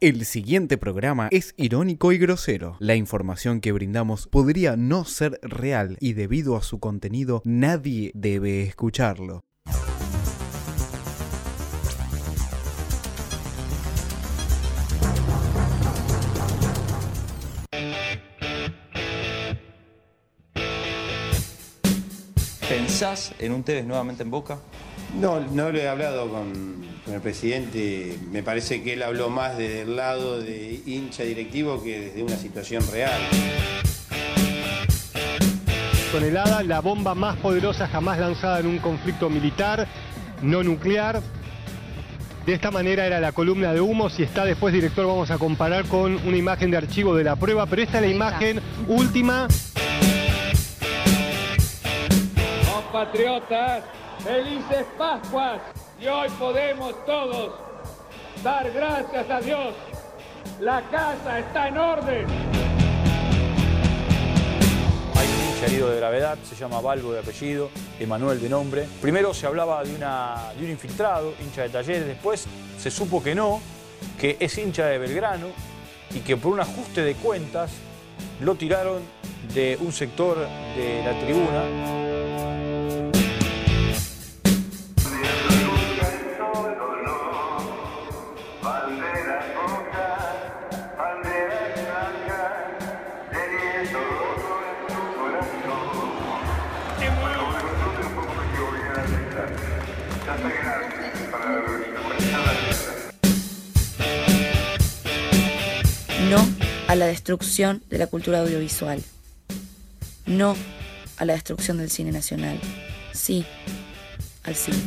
El siguiente programa es irónico y grosero. La información que brindamos podría no ser real y debido a su contenido nadie debe escucharlo. ¿Pensás en un Tevez nuevamente en Boca? No, no lo he hablado con, con el presidente. Me parece que él habló más desde el lado de hincha directivo que desde una situación real. tonelada, la bomba más poderosa jamás lanzada en un conflicto militar, no nuclear. De esta manera era la columna de humo. Si está después, director, vamos a comparar con una imagen de archivo de la prueba, pero esta es la imagen última. Compatriotas, felices Pascuas y hoy podemos todos dar gracias a Dios. La casa está en orden. Hay un hincha herido de gravedad, se llama Balbo de apellido, Emanuel de nombre. Primero se hablaba de, una, de un infiltrado, hincha de talleres, después se supo que no, que es hincha de Belgrano y que por un ajuste de cuentas lo tiraron de un sector de la tribuna. No a la destrucción de la cultura audiovisual. No a la destrucción del cine nacional. Sí al cine.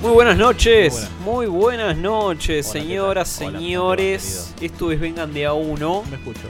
Muy buenas noches, muy buenas, noches, señoras, señores. Esto es Vengan de a uno. Me escucho.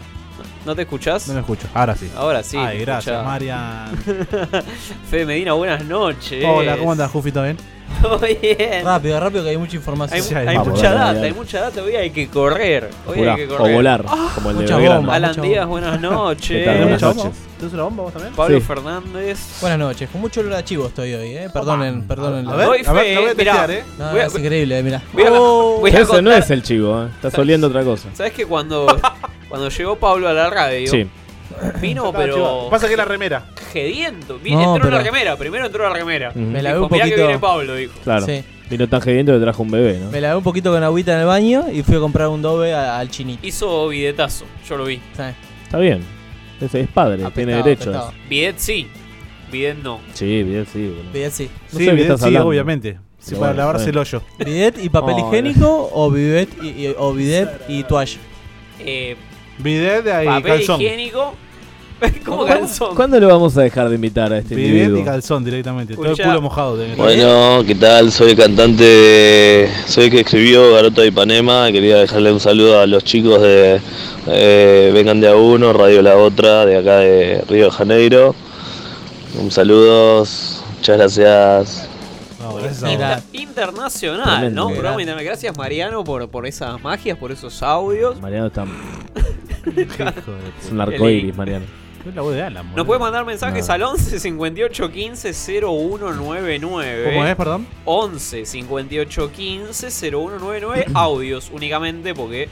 ¿No te escuchás? No lo escucho. Ahora sí. Ahora sí. Ay, me gracias, escucha. Marian. Fede Medina, buenas noches. Hola, ¿cómo andas, Jufi? ¿Todo bien? Todo bien. Rápido, rápido que hay mucha Hay, información. Sí, ahí hay vamos, mucha dale, data, hay mucha data. Hoy hay que correr. Hoy hay que o correr. volar, Ah, como el de mucha Belgrano. bomba. Alan mucha Díaz, buenas tal? noches. Buenas ¿Tenés noches. una bomba vos también? Pablo Sí. Fernández. Buenas noches, con mucho olor a chivo estoy hoy, eh. Perdonen, perdonen. A ver, Doy a ver, fe, lo voy a mirá. testear, eh. No, Voy a- es increíble, eh, mirá. Voy a- voy a Ese no contar- es el chivo, ¿eh? está oliendo otra cosa. ¿Sabes que cuando, cuando llegó Pablo a la radio, Sí, vino Ah, pero chivo, Pasa que es la remera. gediento? Vi- No, entró la pero- remera, primero entró la remera. Mm. Me la veo Dijo, un mirá que viene poquito. Pablo, dijo. claro. Sí. Vino tan gediento que trajo un bebé, ¿no? Me la veo un poquito con agüita en el baño y fui a comprar un dobe a- al chinito. Hizo bidetazo, yo lo vi. ¿sabes? Está bien. Es, es padre, Apestado, tiene derecho a apestado. eso. Bidet sí, bidet no. Sí, bien, sí. boludo. Bidet sí. No sé de qué bien, estás sí, hablando. obviamente. Sí, Pero para bueno, lavarse está el hoyo. Bidet y papel Hola. higiénico o bidet y, y- o bidet y toalla. Eh, Bidet de ahí, papel calzón. higiénico. ¿Cómo ¿Cuándo- calzón? ¿Cuándo lo vamos a dejar de invitar a este Bidet y individuo? calzón directamente. Todo el Escuchá. culo mojado. tenés. Bueno, ¿qué tal? Soy el cantante, de- soy el que escribió Garota de Ipanema. Quería dejarle un saludo a los chicos de eh, Vengan de a uno, Radio La Otra, de acá de Río de Janeiro. Un saludo, muchas gracias. No, gracias a vos. Mira, Internacional, Tremendo. ¿no? Programa internacional. Gracias Mariano por, por esas magias, por esos audios. Mariano está. Hijo de Es puta. un arcoiris, Mariano. Es la voz de Alan, Nos boludo. puede mandar mensajes No. al 11 58 15 0199. ¿Cómo es, perdón? 11 58 15 0199. audios únicamente porque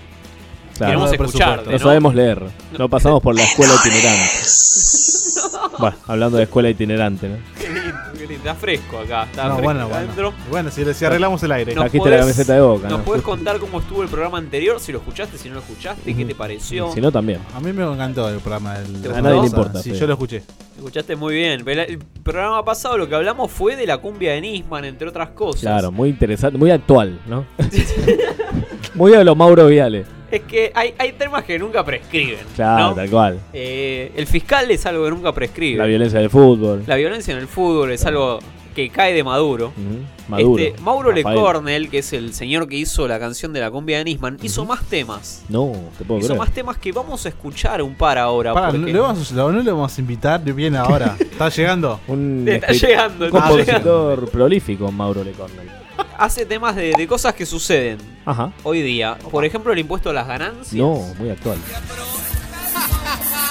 Claro. queremos de escucharte, presupuesto. ¿no? No sabemos leer. No pasamos por la escuela itinerante. Bueno, hablando de escuela itinerante, ¿no? Qué lindo, qué lindo. Está fresco acá. Está No, fresco bueno, acá adentro. bueno. Bueno, si, si arreglamos el aire. Nos Trajiste podés- la camiseta de Boca, ¿Nos ¿no? puedes contar cómo estuvo el programa anterior? Si lo escuchaste, si no lo escuchaste, qué te pareció. Si no, también. A mí me encantó el programa del. ¿Te del gustó? A nadie le importa, Sí, Fede. yo lo escuché. Escuchaste muy bien. Pero El programa pasado lo que hablamos fue de la cumbia de Nisman, entre otras cosas. Claro, muy interesante, muy actual, ¿no? muy a lo Mauro Viale. Es que hay, hay temas que nunca prescriben. Claro, ¿no? tal cual. Eh, el fiscal es algo que nunca prescribe. La violencia del fútbol. La violencia en el fútbol es algo que que cae de Maduro. Mm, Maduro, Este, Mauro Rafael. Lecornel, que es el señor que hizo la canción de la cumbia de Nisman, hizo más temas. No, te puedo hizo creer. más temas que vamos a escuchar un par ahora. Pará, porque- ¿lo vamos a- ¿no le vamos a invitar? Bien ahora. ¿Está llegando? Un Está escri- llegando, está compositor prolífico, Mauro Lecornel. Hace temas de, de cosas que suceden Ajá. hoy día. Por ejemplo, el impuesto a las ganancias. No, muy actual. ¿De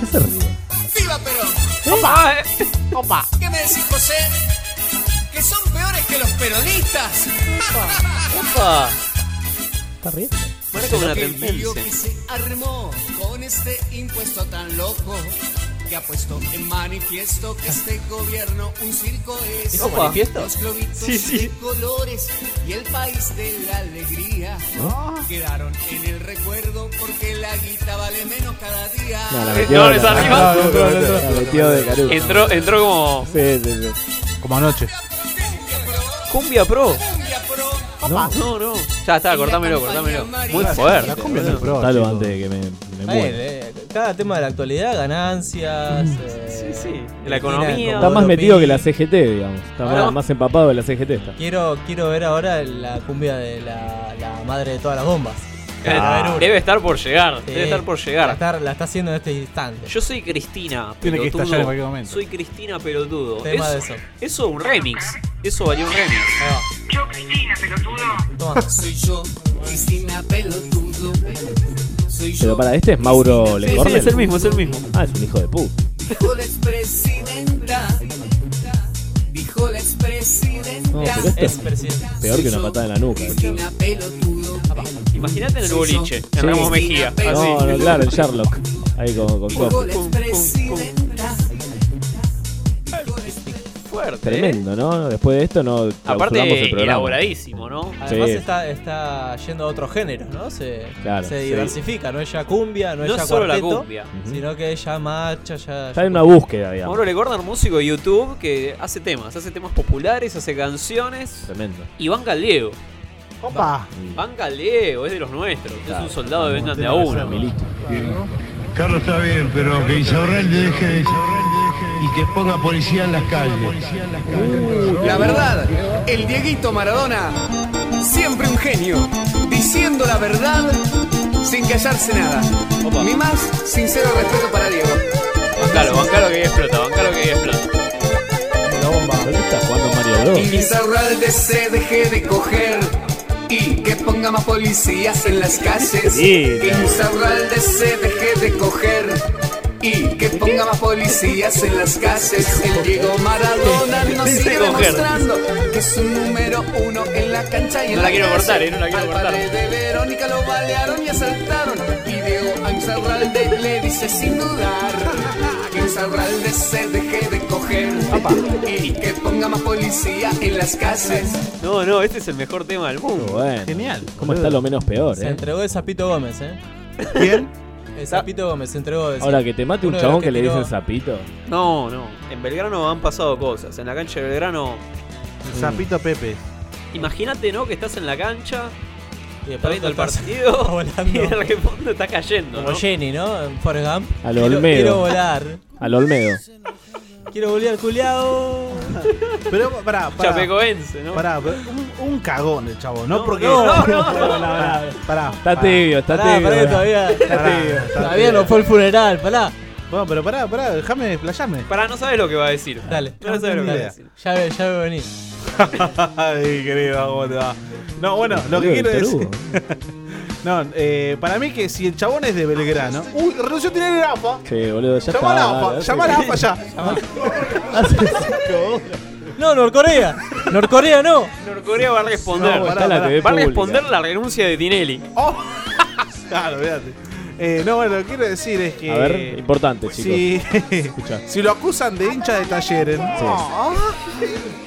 qué se ríe? ¡Viva Perón! ¡Opa! eh. ¿Qué me decís, José? ¿Que son peores que los peronistas? ¡Opa! ¿Está riendo? Marca una Lo que el lío que tendencia. se armó con este impuesto tan loco que ha puesto en manifiesto que este gobierno un circo es. ¿Dijo manifiesto? Los globitos Sí, sí. de colores y el país de la alegría quedaron en el recuerdo porque la guita vale menos cada día. No, la metió. No, les la- arriba. la- La metió de caruso. Entró, entró como Sí, sí, sí. Como anoche. cumbia pro. No. No, no. Ya está, cortámelo, cortámelo. Muy fuerte. boludo. Dalo antes de que me, me A ver, muera. eh, cada tema de la actualidad, ganancias. eh, sí, sí. La economía. Está más metido que la CGT, digamos. Está Ahora- más, más empapado que la CGT. Está. Quiero, quiero ver ahora la cumbia de la, la madre de todas las bombas. Eh, Para ver una. Debe estar por llegar. Sí, Debe estar por La llegar. está, la está haciendo en este instante. Yo soy Cristina. Tiene que pelotudo. estallar en cualquier momento. Soy Cristina Pelotudo. Tema de eso, eso. Ah. eso un remix. Eso valió un remix. Yo, Cristina, pelotudo. Soy yo, Cristina, pelotudo. Soy yo. Pero para este es Mauro Sí, sí, Lecornel. es el mismo, es el mismo. Ah, es un hijo de puta. Dijo la expresidenta. Dijo la expresidenta. No, pero esto es peor que una patada en la nuca. tío. Cristina pelotudo. Imagínate en el Soy yo, boliche. En Ramos Mejía. Así. No, no, claro, en Sherlock. Ahí con, con Dijo Clough. la expresidenta. Fuerte. ¿eh? Tremendo, ¿no? Después de esto no clausuramos el Aparte, programa. elaboradísimo, ¿no? Además está, está yendo a otro género, ¿no? Se, Claro, se sí. diversifica, no es ya cumbia, no es No ya es solo la cuarteto, cumbia. sino que es ya marcha, ya... Está en una búsqueda, digamos. Mauro Legorner, músico de YouTube, que hace temas, hace temas populares, hace canciones. Tremendo. Iván Galdeo. Opa. Iván Galdeo es de los nuestros. Es un soldado de vengan de a uno. Carlos está bien, pero que Isorralde deje de y que ponga policía en las calles. La verdad, el Dieguito Maradona, siempre un genio, diciendo la verdad sin callarse nada. Mi más sincero respeto para Diego. Bancalo, bancalo que explota, bancalo que explota. La bomba. ¿Dónde está jugando Mario Bros? Y Lizarralde se deje de coger y que ponga más policías en las calles. Sí. Que Lizarralde se deje de coger y que ponga más policías en las calles. El Diego Maradona nos Dice sigue coger. demostrando que es un número uno en la cancha y en No la quiero calle. cortar, eh, no la quiero Al cortar. padre de Verónica lo balearon y asaltaron. Y Diego a Lizarralde le dice sin dudar que Lizarralde se deje de coger y que ponga más policía en las calles. No, no, este es el mejor tema del mundo. Genial. ¿Cómo está lo menos peor, Se eh? entregó el Zapito Gómez, ¿eh? ¿Quién? El Zapito Gómez se entregó. el- Ahora que te mate un uno de chabón los que le tiró- dicen sapito. No, no. En Belgrano han pasado cosas. En la cancha de Belgrano. Mm. Zapito Pepe. Imagínate, ¿no? Que estás en la cancha. Y de Estás viendo el pronto el partido. está volando. Y de repente está cayendo. Como ¿no? Jenny, ¿no? En Forrest Gump. Al Quiero- Olmedo. Quiero volar. Al Olmedo. Quiero volar, culiao. Pero pará, pará. Chapecoense, ¿no? Pará, pero un, un cagón el chavo, ¿no? Porque. no, no, no, pará, pará. Está tibio, está Pará, tibio. pará que ahora. todavía. Está tibio, está Todavía tibio. no fue el funeral, pará. Bueno, pero pará, pará, déjame desplayarme. Para, no sabes lo que va a decir. Dale. No, no sabes lo que va a Idea. decir. Ya veo, ya veo venir. Ay, querido, ¿cómo te va? No, bueno, lo que quiero decir. No, eh, para mí que si el chabón es de Belgrano. Uy, reducción tiene el AFA. Sí, boludo, ya Llamá está. a la AFA, dale, llamá a la AFA ya. No, Norcorea. Norcorea no. Norcorea va a responder. No, va está la TV a pública. responder la renuncia de Tinelli. Claro, fíjate. Eh, no, bueno, lo que quiero decir es que. A ver, importante, chicos. si, Escuchá. si lo acusan de hincha de ¿eh? talleres. no,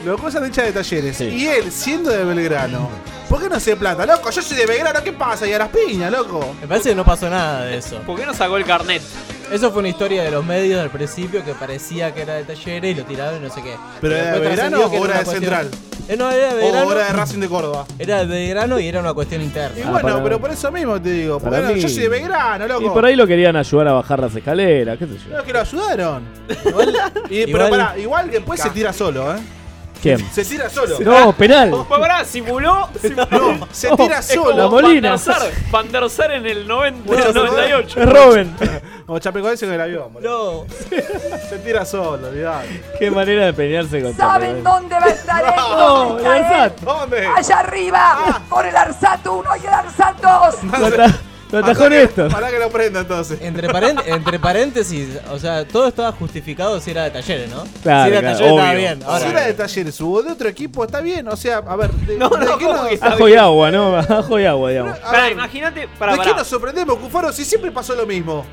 Lo acusan de hincha de talleres. Sí. Y él, siendo de Belgrano. ¿Por qué no se plata, loco? Yo soy de Belgrano, ¿qué pasa? Y a las piñas, loco. Me parece que no pasó nada de eso. ¿Por qué no sacó el carnet? Eso fue una historia de los medios al principio que parecía que era de talleres y lo tiraron y no sé qué. ¿Pero era de después Belgrano trascendió que o era una de cuestión- Central? Eh, no, era de O Belgrano. hora de Racing de Córdoba. Era de Belgrano y era una cuestión Y interna. bueno, pero por eso mismo te digo. porque para no, mí- yo soy de Belgrano, loco. Y por ahí lo querían ayudar a bajar las escaleras, qué sé yo. No, es que lo ayudaron. Igual, y- Igual- pero pará, igual después se tira solo, ¿eh? ¿Quién? Se tira solo. Ah, No, penal. Pues Pará, simuló. simuló. Oh, se tira Es solo. como La Molina. Van der Sar, Van der Sar en el 90, Muchachos, 98. ¿no? Como Chapecoense con el avión, No. Se tira solo, olvidate. Qué manera de pelearse con ¿Saben dónde va a estar él? No, ¿Dónde está él? ¿Dónde? Ah. Allá arriba, por el Arsato 1 y el Arsato 2. Lo atajó Néstor. Pará que lo prenda entonces. Entre, paren- entre paréntesis, o sea, todo estaba justificado si era de talleres, ¿no? Claro, si era de claro, talleres estaba obvio. bien. Ahora, si era de talleres hubo de otro equipo, está bien. O sea, a ver. De, no, no, ¿de qué nos- Ajo y agua, ¿no? Ajo y agua, digamos. Pará, imagínate. Pará, ¿De pará. qué nos sorprendemos, Cufaro? Si siempre pasó lo mismo.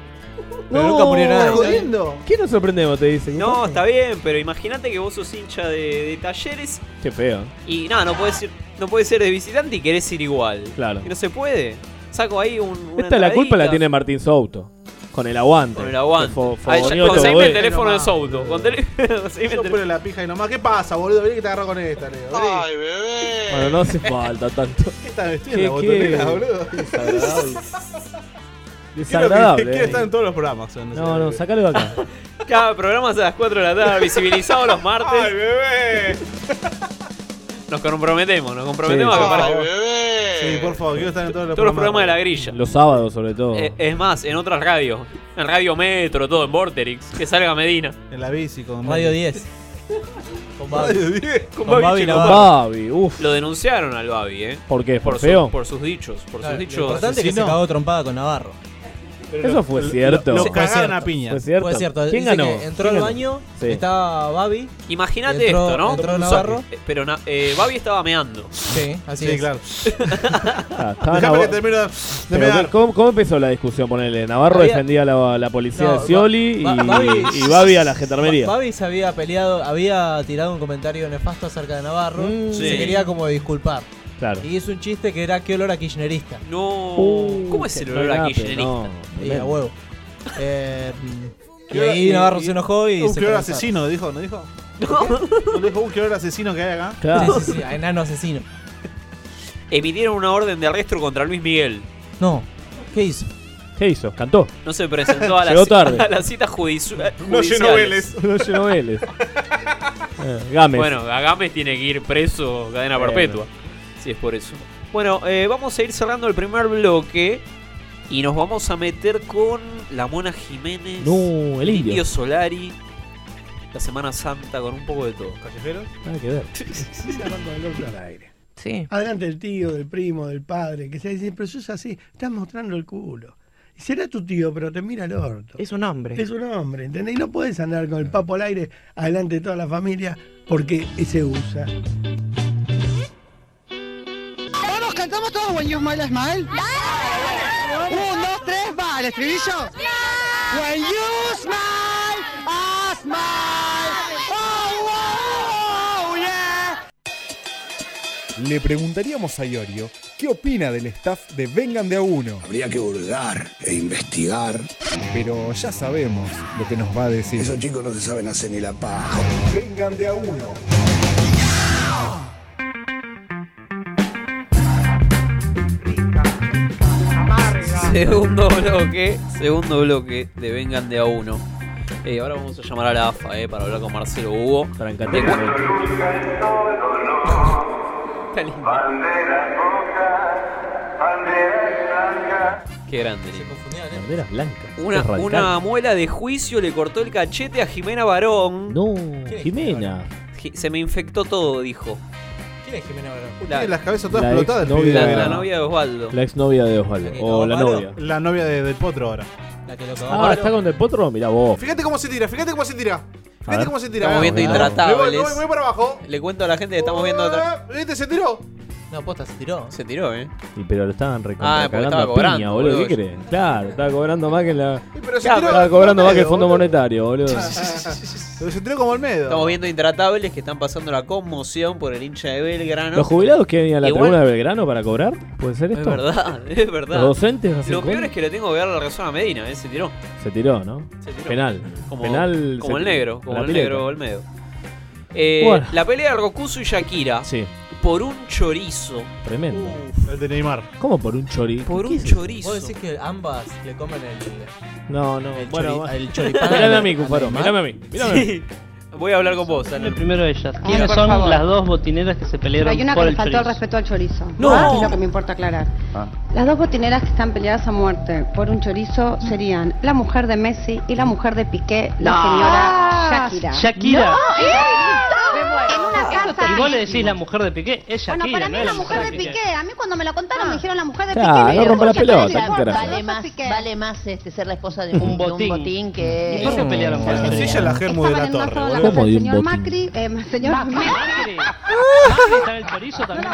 No, nunca murió nadie. ¿eh? ¿Estás jodiendo? ¿Qué nos sorprendemos? Te dicen. No, está bien, pero imagínate que vos sos hincha de, de talleres Qué feo. y nada, no puedes ir, no puedes ser de visitante y querés ir igual. Claro. Y no se puede. Saco ahí un. una Esta la culpa la entradita. tiene Martín Souto. Con el aguante. Con el aguante. Fo- Ahí ya- fogoneó todo conseguime el esto. teléfono de Souto. Con tele- conseguime el Yo teléfono. pone la pija y nomás. ¿Qué pasa, boludo? Vení que te agarró con esta, Leo. Ay, bebé. Bueno, no hace falta tanto. ¿Qué estás vestido Qué- en la botonera, qué- boludo? qué desagradable. Desagradable. Desagradable. Quiero estar eh. en todos los programas. o sea, sé. No, no, sacalo de acá. Cada programa es a las 4 de la tarde, visibilizado los martes. ¡Ay, bebé! Nos comprometemos, nos comprometemos Sí. a que para- Sí, por favor, quiero estar en todos los todos los programas. programas de la grilla. Los sábados, sobre todo. Eh, es más, en otras radios. En Radio Metro, todo, en Vorterix. Que salga Medina. En la bici con Radio 10. Con Babi. Radio 10. Con Con Babi, Babi che, la con va. Babi, uff. Lo denunciaron al Babi, ¿eh? ¿Por qué? ¿Por Por, su- feo? por sus dichos. Por sus Claro, lo dichos. importante es que se asesinos. cagó trompada con Navarro. Eso fue cierto. Los Fue cagaron a cierto. piña. Fue cierto. Fue cierto. ¿Quién dice ganó? que entró al ¿Quién ganó? baño, Sí. estaba Babi. Imagínate Entró- esto, ¿no? entró Navarro. Eh, Pero na- eh, Babi estaba meando. Sí, así Sí, es. claro. Ah, estaban Déjame que a- termine de Pero, mear. ¿cómo, cómo empezó la discusión? Ponele, Navarro Había- defendía a la, la policía No, de Scioli Ba- y, Ba- Babi- y Babi a la gendarmería. Ba- Babi se había peleado, había tirado un comentario nefasto acerca de Navarro. y Sí. Se quería como disculpar. Mm, claro. Y hizo un chiste que era qué olor a kirchnerista. No. Uh, ¿Cómo es el qué olor a trape, kirchnerista? no, Y tremendo. a huevo. Eh, y ¿Qué hora- ahí Navarro se enojó y Un se que fue a rezar. asesino, dijo, ¿no dijo? ¿No dijo un que asesino que hay acá? Claro. Sí, sí, sí, a enano asesino. Emitieron una orden de arresto contra Luis Miguel. No, ¿qué hizo? ¿Qué hizo? ¿Cantó? No se presentó a la, Llegó ci- tarde. a la cita judici- No llenó judiciales. Vélez. No llenó Vélez. Eh, Gámez. Bueno, a Gámez tiene que ir preso, cadena Bueno. perpetua. Si es por eso. Bueno, eh, vamos a ir cerrando el primer bloque. Y nos vamos a meter con la Mona Jiménez. no, el indio. Solari. La Semana Santa con un poco de todo. ¿Callejero? Nada que ver. Sí. Adelante el tío, del primo, del padre, que se dice, pero sos así, estás mostrando el culo. Y será tu tío, pero te mira el orto. Es un hombre. Es un hombre, ¿entendés? Y no puedes andar con el papo al aire adelante de toda la familia porque se usa. ¿Todos cantamos todos When You Smile Smile? Un, dos, tres, va, el estribillo. When You Smile, I Smile. Oh, wow, yeah. Le preguntaríamos a Iorio qué opina del staff de Vengan de a uno. Habría que hurgar e investigar. Pero ya sabemos lo que nos va a decir. Esos chicos no se saben hacer ni la paja. Vengan de a uno. Segundo bloque, segundo bloque de Vengan de a uno. Eh, ahora vamos a llamar a la AFA eh, para hablar con Marcelo Hugo. Para Qué grande. Nico. Bandera blanca. Una, Es radical. una muela de juicio le cortó el cachete a Jimena Barón. No, Jimena. Ji- Se me infectó todo, dijo. ¿Quién es Jimena Barón? Tiene las cabezas todas la explotadas. el exnovia pibe. de- La, la novia de Osvaldo. La exnovia de Osvaldo. O la novia. La novia de- del potro ahora. La que lo Ah, ¿está con Del Potro? Mirá vos. Fíjate cómo se tira, fíjate cómo se tira. Fíjate ver. cómo se tira. Estamos viendo Me voy, Me voy, intratables. me voy para abajo. Le cuento a la gente que estamos viendo otra. Ah, ¿Viste? Se tiró. No, posta, se tiró. Se tiró, eh. Y pero lo estaban Ah, recontra porque cagando estaba a cobrando, piña, boludo. ¿Qué boludo. crees? Claro, estaba cobrando más que en la. Pero se Claro, tiró. Estaba cobrando más que el Olmedo, Fondo boludo. Monetario, boludo. Pero se tiró como el medio. Estamos viendo intratables que están pasando la conmoción por el hincha de Belgrano. ¿Los jubilados que vienen a la Igual- tribuna de Belgrano para cobrar? ¿Puede ser Es esto? verdad, es verdad. ¿Los docentes hacen Lo peor cola? es que le tengo que dar la razón a Medina, eh. Se tiró. Se tiró, ¿no? Se tiró. Penal. Como, Penal. como se el tiró. negro, La como el pileta. negro Olmedo. Eh, Bueno. La pelea de Rokusu y Shakira Sí. por un chorizo. Tremendo. El de Neymar. ¿Cómo por un chori? Por ¿Qué un es? chorizo. Vos decís que ambas le comen el. No, no. El bueno, chori- va. el choripán Mírame a al- mí, Cufaro. al mar. Mírame a mí. Mírame Ah, Sí. Voy a hablar con vos, Ana. primero de ellas. ¿Quiénes ¿Quiénes son son favor. las dos botineras que se Pero pelearon hay una que por le el faltó el chorizo? respeto al chorizo. No. Ah, que es lo que me importa aclarar. Ah. Las dos botineras que están peleadas a muerte por un chorizo serían la mujer de Messi y la mujer de Piqué, la No. señora Shakira. Shakira. Ah. No. Y vos le decís la mujer de Piqué, es Shakira. Bueno, para mí no la mujer de Piqué. A mí cuando me la contaron me dijeron la mujer de Claro, Piqué. no rompa la pelota, ¿qué carajo? Vale más, vale más este, ser la esposa de un, de un botín. que... ¿Por qué pelearon con Shakira? es la Germu de la Torre, sola boludo. casa del señor botín? Macri, eh, señor Macri. ¿Está el chorizo también?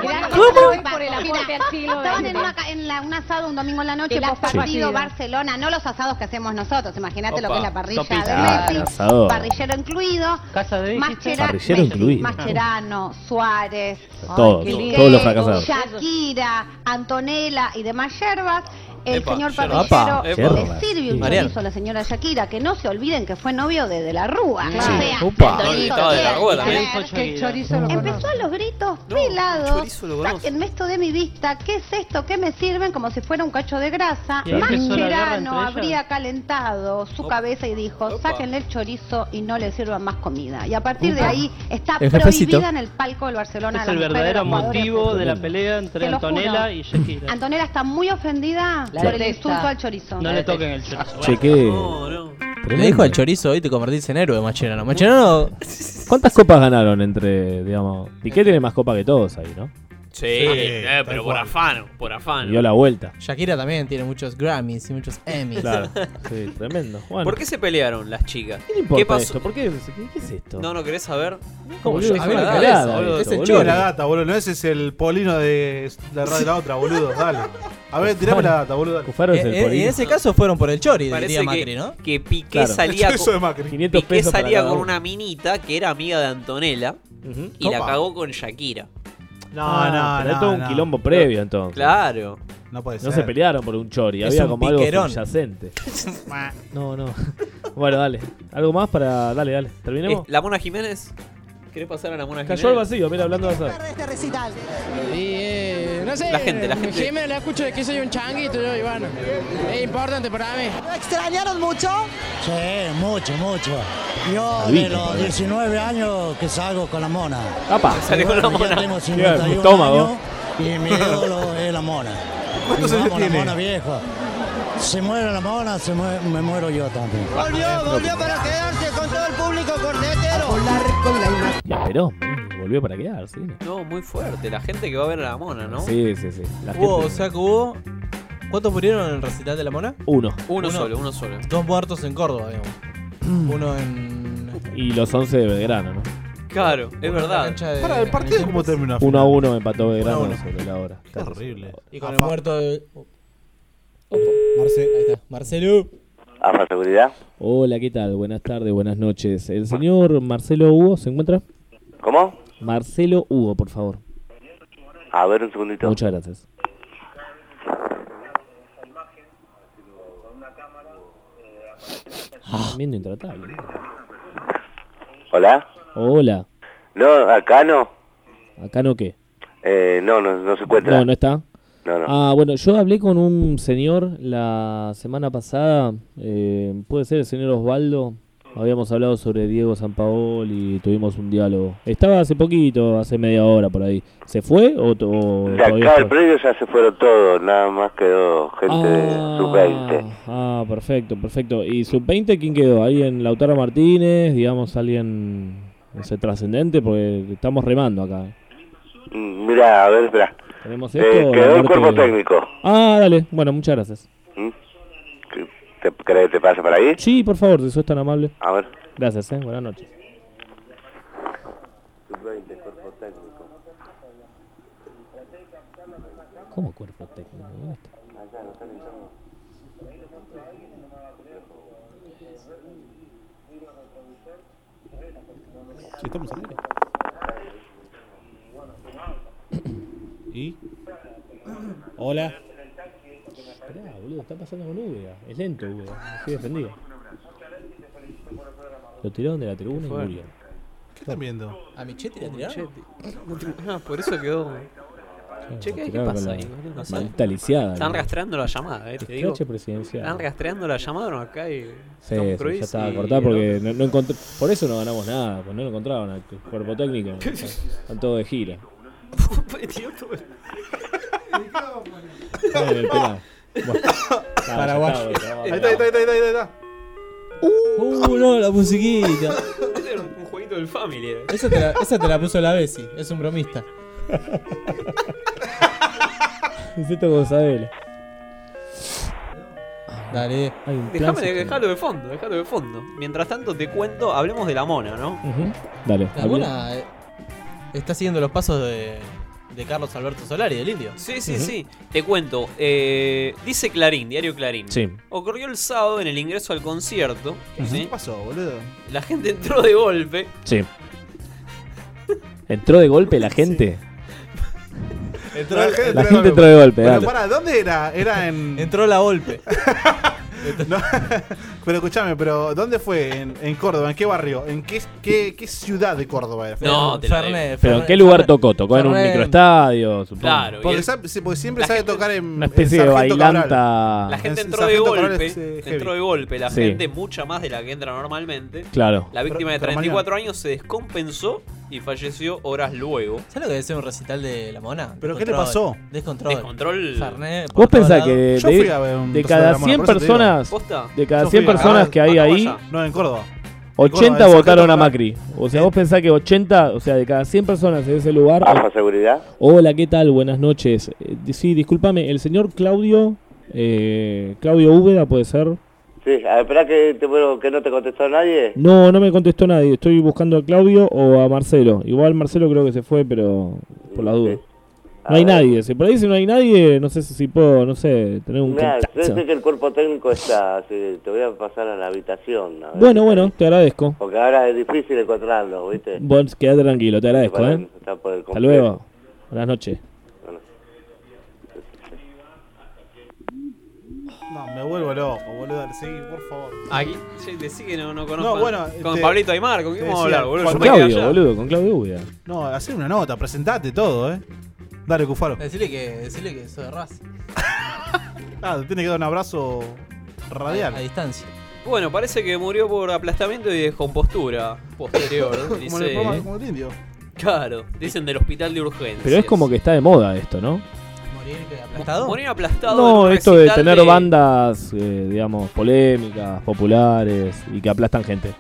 Estaban en, una ca- en la- un asado un domingo en la noche, El post asado. partido Sí. Barcelona, no los asados que hacemos nosotros, imagínate lo Opa, que es la parrilla sopita. Ah, de el Messi, asado. parrillero incluido, Mascherano, Parrillero incluido. Mascherano, Suárez, Todos, Piqué, todos los fracasados. Shakira, Antonella y demás yerbas. El Epa, señor yerbas. parrillero Apa, le yerbas. sirve un Mariano. chorizo a la señora Shakira, que no se olviden que fue novio de De la Rúa. O sea, Upa. el chorizo Estaba de la lo Rúa tiene también. que ver. Que el chorizo lo Empezó a los gritos, pelado, chorizo lo conoce. sáquenme esto de mi vista, ¿qué es esto? ¿Qué me sirven? Como si fuera un cacho de grasa. Y ahí empezó la guerra Mascherano entre ellas. habría calentado su cabeza y dijo, sáquenle el chorizo y no le sirvan más comida. Y a partir de Upa. ahí está El jefecito. prohibida en el palco del Barcelona. Es la el mujer de verdadero los jugadores. motivo de la pelea entre Te lo juro. Antonella y Shakira. Antonella está muy ofendida La por el detesta. insulto al chorizo. No le toquen el chorizo. Che, qué- Le dijo al chorizo hoy te convertís en héroe, Macherano. Macherano. ¿Cuántas copas ganaron entre, digamos? Piqué tiene más copas que todos ahí, ¿no? Sí, eh, pero por afano, por Y afano. dio la vuelta. Shakira también tiene muchos Grammys y muchos Emmys. Claro. Sí, tremendo. Bueno. ¿Por qué se pelearon las chicas? ¿Qué le importa esto? ¿Por qué, qué- qué es esto? No, no querés saber. ¿Cómo? Yo Yo tengo soy la una cabeza, cagada, boludo. esto, Ese es boludo. chico de la data, boludo. No ese es el polino de la radio de la otra, boludo. Dale. A ver, tirame la data, boludo. Cufaro Eh, eh, y en ese caso fueron por el chori, diría Parece Macri, que, ¿no? que Piqué Claro. salía, Eso con, de Macri. 500 Piqué pesos para salía cada con uno. una minita que era amiga de Antonella y la Opa. cagó con Shakira. No, Ah, pero todo un quilombo previo entonces. Claro. No puede No se pelearon por un chori, Es había un como piquerón. algo subyacente. No, no. Bueno, dale. ¿Algo más para.? Dale, dale. ¿Terminemos? Eh, la Mona Jiménez. ¿Querés pasar a la Mona Cayó al Jiménez? vacío, mira, hablando de azar. este recital? eh, no sé. La gente, la gente. Jiménez la escucho de que soy un changuito yo, y bueno, es importante para mí. ¿Lo extrañaron mucho? Sí, mucho, mucho. Yo Adivina, de los padre. 19 años que salgo con la mona. Apa. Sale Y con la bueno, mona. Ya tengo Bien, 51 estómago. años y mi ídolo es la mona. ¿Cuántos Y años vamos, la tiene? mona vieja. Se muere la mona, se mue- me muero yo también. Volvió, volvió para quedarse con todo el público cornetero. Ya, pero. mm, Volvió para quedar, sí. No, muy fuerte. La gente que va a ver a la Mona, ¿no? pues. Sí, sí, sí. La Hubo, o gente- sea que hubo. ¿Cuántos murieron en el recital de la mona? Uno. Uno solo, uno solo. Dos muertos en Córdoba, digamos. Uno en. Y los 11 de Belgrano, ¿no? Claro, es verdad. Para, ¿el partido cómo terminó? 1 a 1 empató Belgrano Uno a uno. sobre la hora. Qué horrible. Ah, Y con el muerto de. Oh. Marce- Ahí está. Marcelo. AFA Seguridad. Hola, ¿qué tal? Buenas tardes, buenas noches. ¿El señor Marcelo Hugo se encuentra? ¿Cómo? Marcelo Hugo, por favor. A ver un segundito. Muchas gracias. Ah, Viendo intratable. Hola. Hola, No, acá no. ¿acá no qué? Eh, no, no, no se encuentra. No, no está. No, no. Ah, bueno, yo hablé con un señor la semana pasada, eh, puede ser el señor Osvaldo. Habíamos hablado sobre Diego Sampaol y tuvimos un diálogo. Estaba hace poquito, hace media hora por ahí. ¿Se fue o, to- o De todavía acá está? el predio ya se fueron todos, nada más quedó gente de sub-20. Ah, perfecto, perfecto. ¿Y sub-20 quién quedó? ¿Alguien Lautaro Martínez? Digamos, alguien, no sé, trascendente, porque estamos remando acá. Mm, Mirá, a ver, espera. ¿Tenemos esto? Eh, o la quedó el muerte cuerpo de- técnico. ¿Mm? Ah, dale. Bueno, muchas gracias. ¿Te, ¿Crees que te pase para ahí? Sí, por favor, si sos tan amable. A ver. Gracias, eh. Buenas noches. Sub-20, cuerpo técnico. ¿Cómo cuerpo técnico? ¿Dónde está? Sí, estamos al aire. ¿Y? Hola. Esperá, boludo, está pasando con Ubeda. Es lento, Ubeda. Estoy defendido. Lo tiraron de la tribuna y Fue. murió. Qué ¿Qué están viendo? ¿A Michetti la tiraron? Ah, por eso quedó. Che, ¿qué, qué Claro, pasa la- ahí? boludo? No sé. Maldita lisiada. Están boludo. rastreando la llamada, eh, te digo. Escrache presidencial. Están rastreando la llamada, no, acá y. Sí, Tom sí, Cruise ya estaba y- cortada porque no, no encontré- por eso no ganamos nada, porque no lo encontraban al cuerpo técnico. Están todos de gira. Eh, Bueno, el pelado. Bueno, está, Paraguayo. ya está, Ahí boludo. está, ahí está, ahí está, ahí está. Uh, no, la musiquita. Este era un un jueguito del Family. eh. Esa te, la, esa te la puso la Bessi, es un bromista. Necesito Gozabela. Dale. Hay un plan Déjame, dejalo de fondo, dejalo de fondo. Mientras tanto te cuento, hablemos de la mona, ¿no? Ujú. Dale. La hablé. mona eh, está siguiendo los pasos de, de Carlos Alberto Solari, del indio. Sí, sí, sí. Te cuento. eh, dice Clarín, diario Clarín. Sí. Ocurrió el sábado en el ingreso al concierto. ¿sí? ¿Qué pasó, boludo? La gente entró de golpe. Sí. Entró de golpe la gente. Entró La gente entró de golpe, Pero dale. pará, ¿dónde era? Era en. Entró la golpe. pero escúchame, pero ¿dónde fue? En, en Córdoba, ¿en qué barrio? ¿En qué, qué, qué ciudad de Córdoba era? No, te la Fernet, debo. Pero ¿en qué lugar tocó? ¿Tocó en un Fernet. microestadio? Supongo. Claro. y Porque, el- sabe- porque siempre sabe tocar en. Una especie de bailanta. La gente En entró de Sargento Cabral golpe. es, eh, heavy. entró de golpe. La Sí. gente, mucha más de la que entra normalmente. Claro. La víctima de Pero- pero 34 años se descompensó y falleció horas luego. ¿Sabes lo que debe ser un recital de la mona? ¿Pero qué le Descontrol. pasó? Descontrol. Descontrol. Fernet, Vos por todos pensás que lados. Eh, de, Yo fui a ver un de recital de cada la Mona, 100 por eso te digo. personas, ¿Posta? de cada Yo 100 fui a- personas que hay acá ahí, vaya. No, en Córdoba. 80 Córdoba, votaron a Sargento Macri. O Eh. sea, vos pensás que 80, o sea, de cada 100 personas en ese lugar. ¿Alfa seguridad? Hola, ¿qué tal? Buenas noches. Eh, di- sí, discúlpame, el señor Claudio. eh, Claudio Úbeda, puede ser. Sí, a- esperá que, te, bueno, que no te contestó nadie. No, no me contestó nadie. Estoy buscando a Claudio o a Marcelo. Igual Marcelo creo que se fue, pero por la duda. No hay nadie. Si por ahí si no hay nadie, no sé si puedo, no sé, tener un Mirá, yo contacto. sé que el cuerpo técnico está, así que te voy a pasar a la habitación. a ver. Bueno, bueno, te agradezco. Porque ahora es difícil encontrarlo, ¿viste? Vos quedate tranquilo, te agradezco, ¿eh? Está por el Hasta complejo. luego. Buenas noches. No, me vuelvo loco, boludo. Sí, por favor. Aquí, sí, decí que no, no conozco. No, bueno, con te- Pablito Aymar, ¿con te quién vamos a decía, hablar, boludo? Juan Yo Con me quedé Claudio, allá. boludo, con Claudio Ubeda. No, hacer una nota, presentate todo, ¿eh? Dale, Cufaro. Decirle que, decirle que soy de raza. Ah, te tiene que dar un abrazo radial. A, a distancia. Bueno, parece que murió por aplastamiento y descompostura posterior. Como en el dice, programa como el indio. claro, dicen del hospital de urgencias. Pero es como que está de moda esto, ¿no? ¿Aplastado? Morir aplastado. en No, un esto de recital tener bandas, eh, digamos, polémicas, populares y que aplastan gente.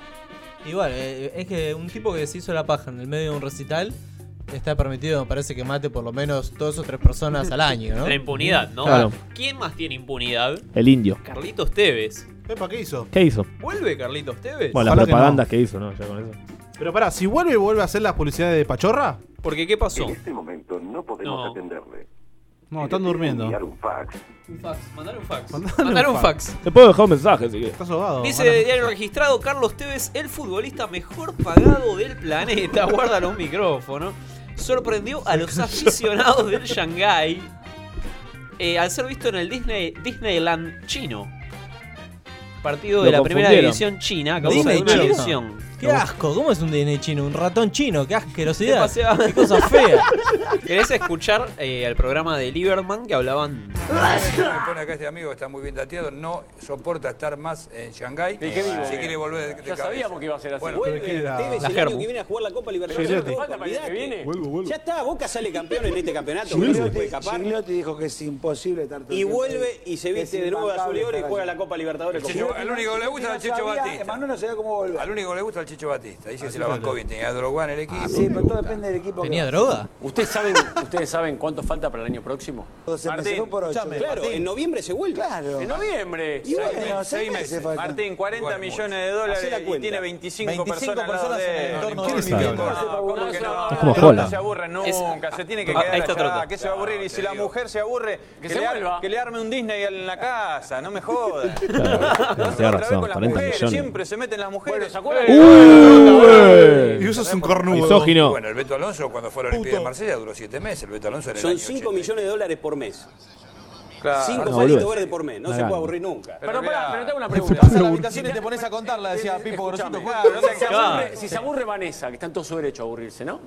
Igual, eh, es que un tipo que se hizo la paja en el medio de un recital está permitido, me parece que mate por lo menos dos o tres personas al año, ¿no? La impunidad, ¿no? Claro. ¿Quién más tiene impunidad? El indio. Carlitos Tevez. Epa, ¿qué hizo? ¿Qué hizo? ¿Vuelve Carlitos Tevez? Bueno, Ojalá las que no. propagandas que, hizo, ¿no? Ya con eso. Pero pará, si vuelve, vuelve a hacer las publicidades de Pachorra. Porque ¿qué pasó? este momento no podemos No. atenderle. No, están durmiendo. un fax. Un fax, mandar un fax. Mandale Mandar un un fax. fax. Te puedo dejar un mensaje si quieres. Estás ahogado. Dice Ahora- de diario registrado Carlos Tevez, el futbolista mejor pagado del planeta. Guarda los micrófonos. Sorprendió a los aficionados del Shanghái eh, al ser visto en el Disney, Disneyland chino. Partido de Lo la primera confundieron. división china. a causa ¿Disney de una chino? lesión. ¡Qué asco! ¿Cómo es un Disney chino? Un ratón chino, qué ¿Qué asquerosidad. pasea? Qué cosa fea. ¿Querés escuchar eh, el programa de Lieberman que hablaban? Me pone acá este amigo, está muy bien dateado, no soporta estar más en Shanghái. Si quiere volver de, de cabeza. que iba a ser así. Bueno, Vuelve pero ¿qué era? Tevez La el Germu. año que viene a jugar la Copa Libertadores. Gigliotti. No falta para el año que viene. Ya está, Boca sale campeón en este campeonato. no se puede escapar. dijo que es imposible estar Y vuelve y se viste de nuevo de azul y oro y juega la Copa Libertadores. con Checho- Boca. al único que le gusta es el Checho Batista. no sabía cómo volver. Al único que le gusta es el Checho Batista. Dice que se la bancó bien, tenía droga en el equipo. sí, pero todo depende del equipo. ¿Tenía droga? ¿Ustedes saben, ¿Ustedes saben cuánto falta para el año próximo? Se empezó por ocho. escuchame, Claro, en noviembre se vuelve. Claro. En noviembre. Y bueno, seis meses faltan. Martín, 40 millones de Hacé la dólares y cuenta. tiene 25, 25 personas. al lado personas de en el él. entorno ¿Quién de sabe? él. No, ¿cómo que no? Es como Pero Jola. No se aburre nunca, se tiene que Ah, quedar ahí está allá. Trota. ¿Qué se va a Ah, aburrir? Y si la mujer se aburre, que, se le ar- vuelva. que le arme un Disney en la casa, no me jodas. Claro, tenés razón, 40 millones. Siempre se meten las mujeres. ¿se ¡Uh! Y usas un cornudo. Misógino. Bueno, el Beto Alonso cuando fue a la Olimpiada de Marsella duró siete meses. El Beto Alonso en el Son año 5 millones de dólares por mes. Claro. Cinco No, palitos boludo. verdes por mes, no Una se puede ganga. aburrir nunca. Pero pará, pero te hago una pregunta. Pasás la habitación y te pones a contarla, decía Pipo Escuchame, Grosito. claro, no sé si, se qué. aburre, si se aburre Vanessa, que está en todo su derecho a aburrirse, ¿no?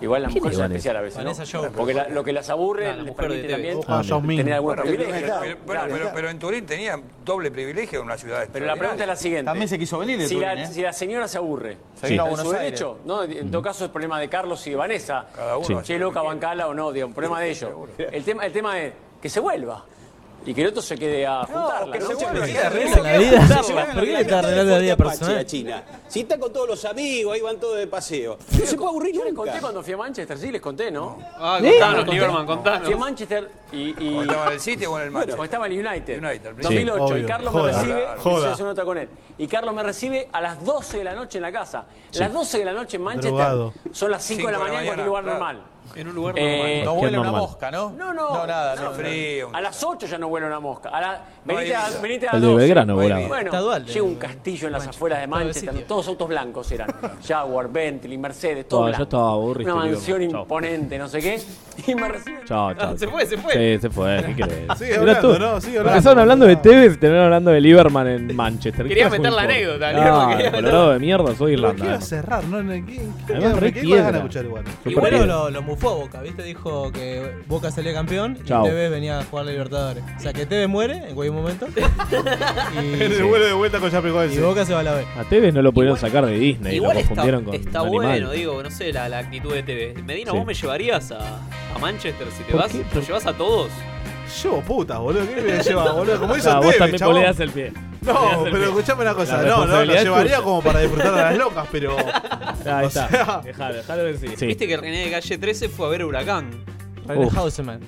Igual la ¿Quién mujer es es Vanessa? especial a veces. ¿no? Vanessa Jones. Porque la- lo que las aburre, No, la les mujer de permite TV. también Ah, Ojo, Yasmín. tener algún Bueno, privilegio. pero- pero- Claro, pero, claro. pero en Turín tenía doble privilegio en una ciudad Pero la pregunta es la siguiente. si Turín, ¿eh? la, si la señora se aburre, Se vino a está en Buenos su Aires. derecho, ¿no? En todo caso es problema de Carlos y de Vanessa. Cada uno Sí. Che, loca, bancala o no, digamos, problema de ellos. El tema, el tema es que se vuelva. Y que el otro se quede a juntarla. que ¿no? se Che, vuelva, pero que ¿qué se haces? arregle la vida. Juntarla. Sí, ¿por qué le está Juntarla arreglando la vida de Fuerte personal? Apache a China. Si está con todos los amigos, ahí van todos de paseo. No se puede aburrir Yo les conté cuando fui a Manchester, sí, les conté, ¿no? Ah, contanos, Lieberman, contanos. Fui a Manchester y... y... O estaba en el City o en el Bueno, Manchester. estaba en el United. United, al principio. 2008. Obvio. Y Carlos Joda. me recibe. Claro. Hice Joda. hace una nota con él. Y Carlos me recibe a las 12 de la noche en la casa. Sí. Las 12 de la noche en Manchester Drogado. son las 5 de la mañana en cualquier lugar claro. normal. En un lugar Eh, normal. no huele una Normal. mosca, ¿no? No, no. No, nada, no, frío. A las 8 ya no vuela una mosca. A la, venite, hay a, vida. venite a El las de 12. Belgrano No hay volaba. vida. Está Bueno, llega un castillo en las afueras de Manchester. Todos autos blancos eran. Jaguar, Bentley, Mercedes, todo Ah, yo blanco. estaba aburrido, Una digo, mansión chao. imponente, no sé qué. Y me recibe... Chao, chao. Se fue, se fue. Sí, se fue, ¿qué crees? Sigue Mirá hablando, ¿no? Sigue hablando. Empezaron hablando de Tevez y terminaron hablando de Lieberman en Manchester. ¿Qué Quería carajo me meter la importa? anécdota, Ah, Lieberman, quería colorado de mierda, soy Quiero Irlanda. cerrar, ¿no? ¿Qué, qué, qué, Además, me re quedé con las ganas de piedra. escuchar igual. Super Igual piedra. lo- Lo, lo mufó a Boca, ¿viste? Dijo que Boca salía campeón Chao. y Tevez venía a jugar la Libertadores. O sea, que Tevez muere en cualquier momento. y, En el vuelo de vuelta con Chapecoense. y Boca se va a la B. A Tevez no lo pudieron sacar de Disney, lo Igual está, confundieron con está un bueno, animal. digo, no sé la, la actitud de TV. Medina, Sí. ¿vos me llevarías a, a Manchester si te ¿Por vas? qué? ¿Lo llevas a todos? Llevo putas, boludo. ¿Qué me voy a llevar, boludo? Como hizo Ah, vos Tevez, también chabón. poleás el pie. Poleás No, el pero pie. escuchame una cosa. La no, no, lo responsabilidad es llevaría tuya. como para disfrutar a las locas, pero. Ah, Ahí o está. sea- Dejalo, dejalo decir. Viste que René de Calle 13 fue a ver a Huracán. René Uf. Hauseman.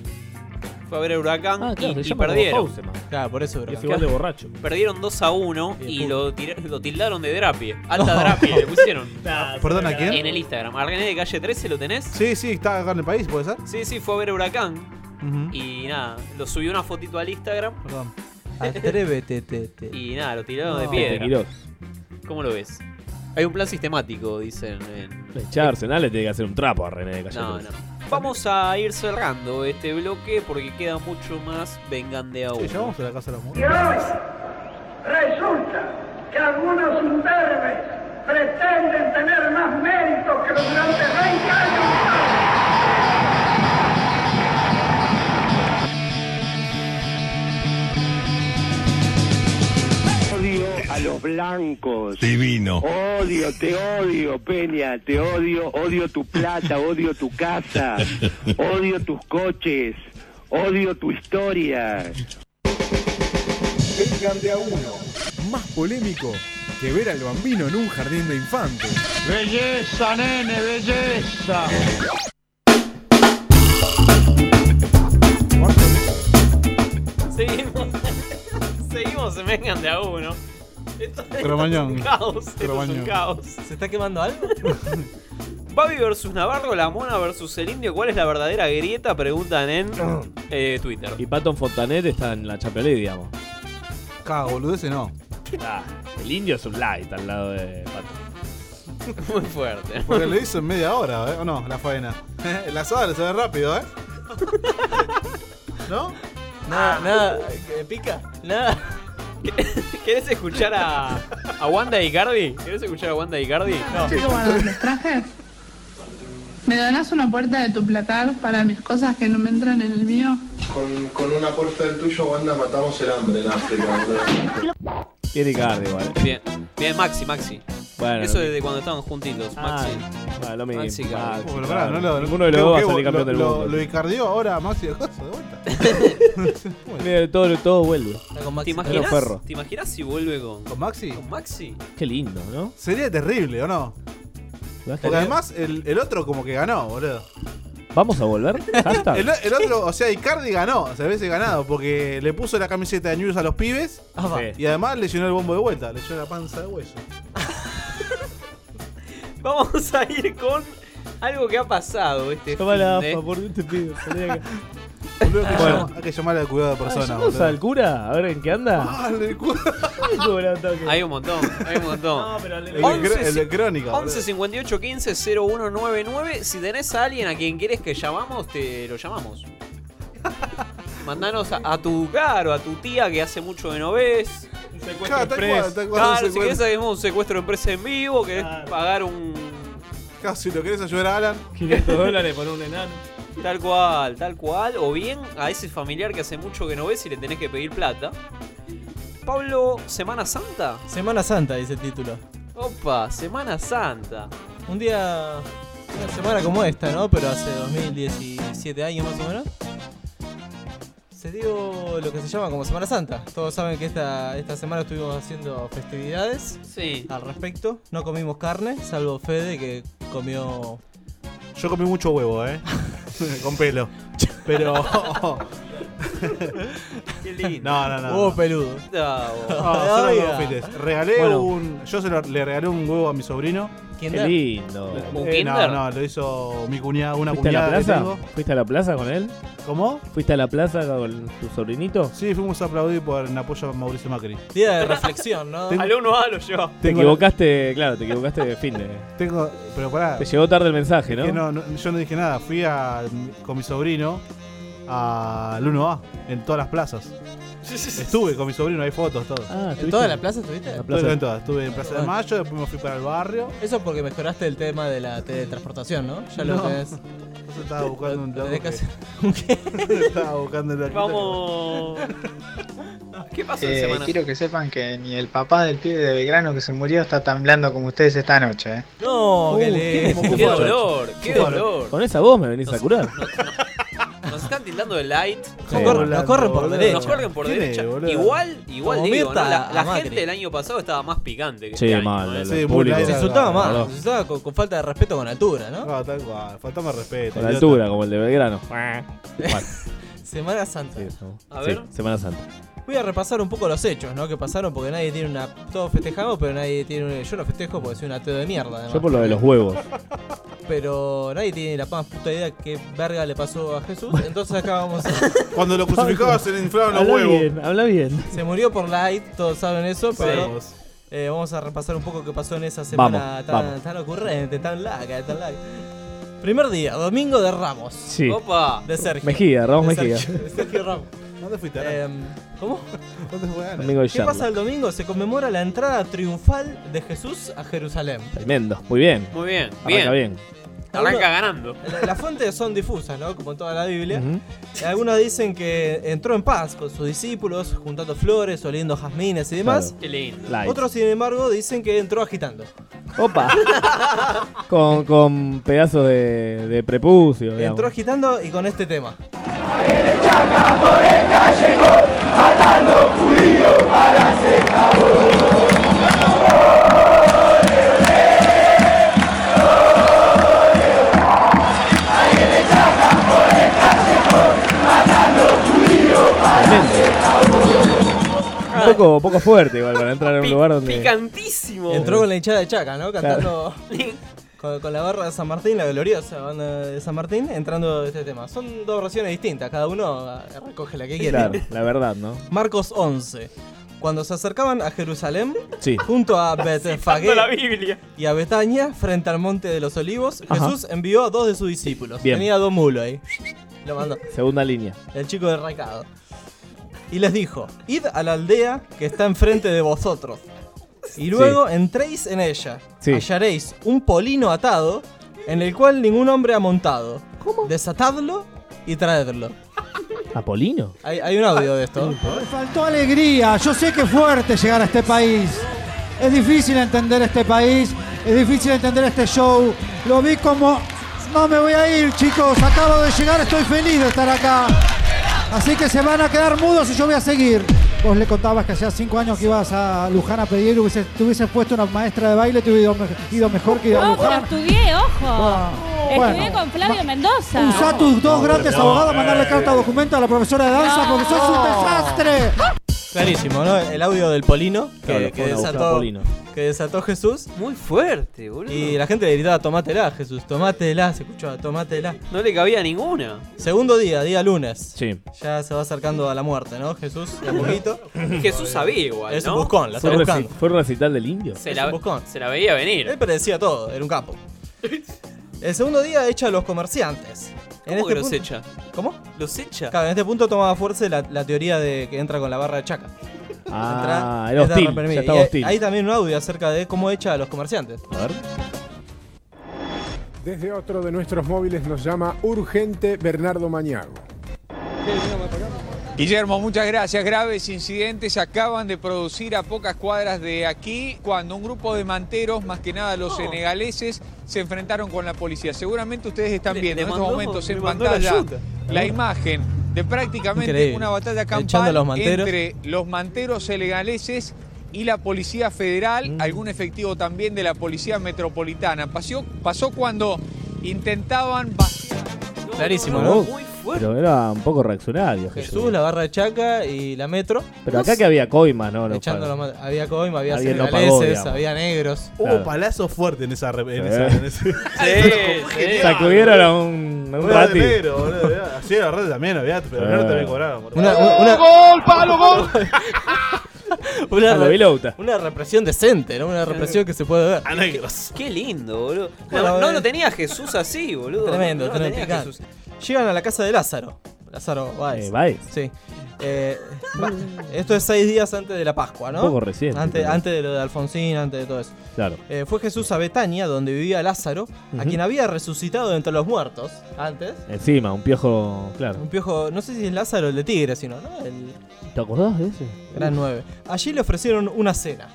Fue a ver a Huracán Ah, claro, y, se y llama como perdieron. Hauseman. Claro, por eso. Huracán. igual de borracho. Perdieron 2 a 1 y lo, tira- lo tildaron de Drapi. Alta Drapi le pusieron. ¿Perdona, quién? En el Instagram. ¿A René de Calle 13 lo tenés? Sí, sí, está acá en el país, ¿puede ser? Sí, sí, fue a ver a Huracán. Y nada, lo subió una fotito al Instagram. Perdón. Atrévete, te, te. Y nada, lo tiraron de No. Te piedra. tiró. ¿Cómo lo ves? Hay un plan sistemático, dicen. en- Echar a Arsenal le tiene que hacer un trapo a René de Calle No, 13. no. Vamos a ir cerrando este bloque porque queda mucho más. Vengan de a Sí, uno. llevamos a la casa de la Y hoy resulta que algunos imberbes pretenden tener más mérito que durante 20 años. Odio a los blancos. Divino. Odio, te odio, Peña, te odio, odio tu plata, odio tu casa, odio tus coches, odio tu historia. Vengan de a uno. Más polémico que ver al bambino en un jardín de infantes. Belleza, nene, belleza. Seguimos. Seguimos en Vengan de a uno. Esto, esto Cromañón. es un caos. esto es Cromañón. un caos. ¿Se está quemando algo? Babi versus Navarro, la mona versus el indio. ¿Cuál es la verdadera grieta? Preguntan en eh, Twitter. Y Patton Fontanet está en la Chapelé, digamos. Cago, boludo, ese no. Ah, el indio es un light al lado de Patton. Muy fuerte. Porque lo hizo en media hora, ¿eh? ¿O no? La faena. el asado le sale rápido, ¿eh? ¿No? Nada, nada. eh, ¿Pica? Nada. Ah. ¿Querés escuchar a, a Wanda Icardi? ¿Querés escuchar a Wanda Icardi? trajes? ¿Me darás una puerta de tu placar para mis cosas que no me entran en el mío? Con, con una puerta del tuyo, Wanda, matamos el hambre en África. boludo. Tiene Icardi igual. Bien, bien, Maxi, Maxi. Bueno, Eso lo desde cuando estaban juntitos, Maxi. Ah, lo mismo. Maxi Icardi. Maxi, Pero pará, no lo, Ninguno de los dos va a salir lo- campeón del lo- mundo. Lo icardió ahora Maxi de Cosa, de vuelta. Mira, todo, todo vuelve. ¿Te Era Ferro. imaginas, ¿Te imaginas si vuelve con, ¿Con Maxi? Con Maxi. Qué lindo, ¿no? Sería terrible, ¿o no? Porque además el, el otro como que ganó, boludo. ¿Vamos a volver? Hashtag. El, el otro, o sea, Icardi ganó, se hubiese ganado, porque le puso la camiseta de News a los pibes y además le llenó el bombo de vuelta, le llenó la panza de hueso. Vamos a ir con algo que ha pasado este Toma la fin de- AFA, por Dios te pido. salí de acá. Boludo, hay que Bueno. llamar- hay que llamarle al cuidado de personas, ¿Vamos boludo. Ah, al cura? A ver en qué anda. Hay un montón, hay un montón. No, pero El de cro- el de Crónica, boludo. 11 58 15 0199. Si tenés a alguien a quien quieres que llamamos, te lo llamamos. Mandanos a, a tu caro, a tu tía que hace mucho que no ves. Un secuestro Claro, tal express. cual, tal cual, un Claro, si secuestro. querés hacemos un secuestro de empresa en vivo, querés pagar un. Casi lo querés ayudar a Alan. 500 dólares por un enano. Tal cual, tal cual. O bien a ese familiar que hace mucho que no ves y le tenés que pedir plata. Pablo, Semana Santa. Semana Santa dice el título. Opa, Semana Santa. Un día. Una semana como esta, ¿no? Pero hace 2017 años más o menos. Se dio lo que se llama como Semana Santa. Todos saben que esta, esta semana estuvimos haciendo festividades. Sí. Al respecto. No comimos carne, salvo Fede que comió. Yo comí mucho huevo, ¿eh? Con pelo. Pero. Qué lindo. No, no, no. Huevo peludo. Ah, No, No, solo Oiga. huevos frites. Regalé Bueno. un. Yo se lo- le regalé un huevo a mi sobrino. ¿Kinder? Qué lindo. Eh, ¿Un no, Kinder? no, lo hizo mi cuñada, una ¿Fuiste a la cuñada que plaza? tengo. ¿Fuiste a la plaza con él? ¿Cómo? ¿Fuiste a la plaza con tu sobrinito? Sí, fuimos a aplaudir por el apoyo a Mauricio Macri. Día de reflexión, ¿no? Tengo- Al uno a lo llevó. Te Tengo- equivocaste, claro, te equivocaste de fin de. Tengo. Pero pará. Te llegó tarde el mensaje, Es que ¿no? no, no, yo no dije nada, fui a, con mi sobrino al 1A, en todas las plazas. Estuve con mi sobrino, hay fotos, todo. Ah, ¿En todas las plazas estuviste? Ah. Estuve en todas, estuve en Plaza de Mayo, después me fui para el barrio. Eso es porque mejoraste el tema de la teletransportación, ¿no? Ya lo No. tenés. Yo estaba buscando un Lo loco tenés que que- hacer. estaba buscando el arquitecto. Vamos. ¿Qué pasó en Eh, Semana quiero que sepan que ni el papá del pibe de Belgrano que se murió está tan blando como ustedes esta noche. ¿eh? No, Uh, que qué le. como- Qué dolor, qué dolor. Con esa voz me venís a curar. Nos están tildando de light. Nos corren- nos corren por derecha. Nos corren por ¿Quién es, derecha. boludo? igual, igual Como digo, ¿no? Mirta la, la a Macri. gente el año pasado estaba más picante que Sí, este año, mal, ¿eh? el Sí, muy público. light. Se insultaba más, Perdón. se insultaba con, con falta de respeto con altura, ¿no? No, tal cual, faltame respeto. Con la idiota. altura, como el de Belgrano. Bueno. Semana Santa. Sí, Semana Santa. Voy a repasar un poco los hechos, ¿no? Que pasaron porque nadie tiene una. Todos festejamos, pero nadie tiene una. Yo no festejo porque soy un ateo de mierda, además. Yo por lo de los huevos. Pero nadie tiene la más puta idea qué verga le pasó a Jesús. Entonces acá vamos a. Cuando lo crucificaba se le inflaron los Habla huevos. bien, habla bien. Se murió por light, todos saben eso, pero. Vamos. eh, vamos a repasar un poco qué pasó en esa semana Vamos, tan, vamos. tan ocurrente, tan larga, tan larga. Primer día, domingo de Ramos. Sí. Opa. De Sergio. Mejía, Ramos De Mejía. Sergio, de Sergio Ramos. Em, ¿Dónde fuiste? ¿Cómo? ¿Dónde fue? Domingo de ¿Qué charla. pasa el domingo? Se conmemora la entrada triunfal de Jesús a Jerusalén. Tremendo. Muy bien. Muy bien, Arranca bien. bien. Arranca ganando. La- Las fuentes son difusas, ¿no? Como en toda la Biblia. Ujú. Algunos dicen que entró en paz con sus discípulos, juntando flores, oliendo jazmines y demás. Claro. Qué lindo. Light. Otros, sin embargo, dicen que entró agitando. Opa. Con, con pedazos de, de prepucio. digamos. Entró agitando y con este tema. Un poco, poco fuerte igual para entrar en un lugar donde. Picantísimo. Entró con la hinchada de Chaca, ¿no? Cantando con, con la barra de San Martín, la gloriosa banda de San Martín, entrando este tema. Son dos versiones distintas, cada uno ah, recoge la que quiere. Claro, la verdad, ¿no? Marcos 11. Cuando se acercaban a Jerusalén, Sí. junto a Betfagé la Biblia. y a Betania, frente al Monte de los Olivos, Ajá. Jesús envió a dos de sus discípulos. Bien. Tenía dos mulos ahí. Lo mandó. Segunda línea. El chico del recado. Y les dijo, id a la aldea que está enfrente de vosotros. Y luego entréis en ella. Sí. Hallaréis un polino atado en el cual ningún hombre ha montado. Desatadlo y traedlo. ¿Apolino? Hay, hay un audio de esto. Faltó alegría. Yo sé que es fuerte llegar a este país. Es difícil entender este país. Es difícil entender este show. Lo vi como. No me voy a ir, chicos. Acabo de llegar. Estoy feliz de estar acá. Así que se van a quedar mudos y yo voy a seguir. Vos le contabas que hacía cinco años que ibas a Luján a pedir. Hubiese, te hubieses puesto una maestra de baile. Te hubiera ido, me- ido mejor que ir a No, pero Luján. estudié, ojo. Ah. Bueno. Estudié con Flavio Mendoza. Usa tus dos grandes abogados a mandarle carta documento a la profesora de danza porque sos un desastre. Clarísimo, ¿no? El audio del Polino que, Claro, lo que fueron a buscar desató, Polino. que desató Jesús. Muy fuerte, boludo. Y la gente le gritaba, tomátela, Jesús, tomátela, se escuchaba, tomátela. No le cabía ninguna. Segundo día, día lunes. Sí. Ya se va acercando a la muerte, ¿no? Jesús, de a poquito. Jesús sabía igual, Es ¿no? un buscón, la está ¿Fue, un reci- buscando. fue un recital del indio? Se la, se la veía venir. Él predecía todo, era un capo. El segundo día echa a los comerciantes. este ¿Cómo que los echa? ¿Cómo? ¿Los echa? Claro, en este punto toma fuerza la, la teoría de que entra con la barra de chaca. Ah, Entra- era entra hostil, Rafael ya Mil. Y estaba hay- hostil. Hay también un audio acerca de cómo echa a los comerciantes. A ver. Desde otro de nuestros móviles nos llama urgente Bernardo Mañago. Guillermo, muchas gracias. Graves incidentes acaban de producir a pocas cuadras de aquí cuando un grupo de manteros, más que nada Oh. los senegaleses, se enfrentaron con la policía. Seguramente ustedes están Le- viendo le en estos mandó- momentos le en mandó la pantalla yuta. la, imagen de prácticamente Increíble. una batalla Echando a campal los manteros. entre los manteros senegaleses y la Policía Federal, Mm. algún efectivo también de la Policía Metropolitana. Pasó, pasó cuando intentaban... Clarísimo, Oh, ¿no? pero era un poco reaccionario. Jesús. Jesús, la barra de chaca y la metro. Pero acá que había coimas, ¿no? No, Echando para- los mat- había coima, había Alguien no pagó, senegaleses, digamos. había negros. Hubo Claro. palazos fuertes en esa. En esa- en ese- sí. Sacudieron a un, a un Era de rati. negro, boludo, era- Así era red también, había, pero no Ah. te había cobrado. boludo. Una- una- una- ¡Gol, palo, gol! Una, Ah, A lo re- Vilouta. una represión decente, ¿no? Una represión que se puede ver. A negros. Qué lindo, boludo. No, Bueno, a no ver. lo tenía a Jesús así, boludo. Tremendo, no, lo tremendo. tenía a picante. Jesús. Llegan a la casa de Lázaro. Lázaro Báez. Eh, Báez. Sí. Eh, va- esto es seis días antes de la Pascua, ¿no? Un poco reciente, Antes, pero- antes de lo de Alfonsín, antes de todo eso. Claro. Eh, fue Jesús a Betania, donde vivía Lázaro, a Ujú. quien había resucitado de entre los muertos antes. Encima, un piojo, claro. Un piojo, no sé si es Lázaro o el de Tigre, sino, ¿no? El ¿Te acordás de ese? gran Ah. 9. Allí le ofrecieron una cena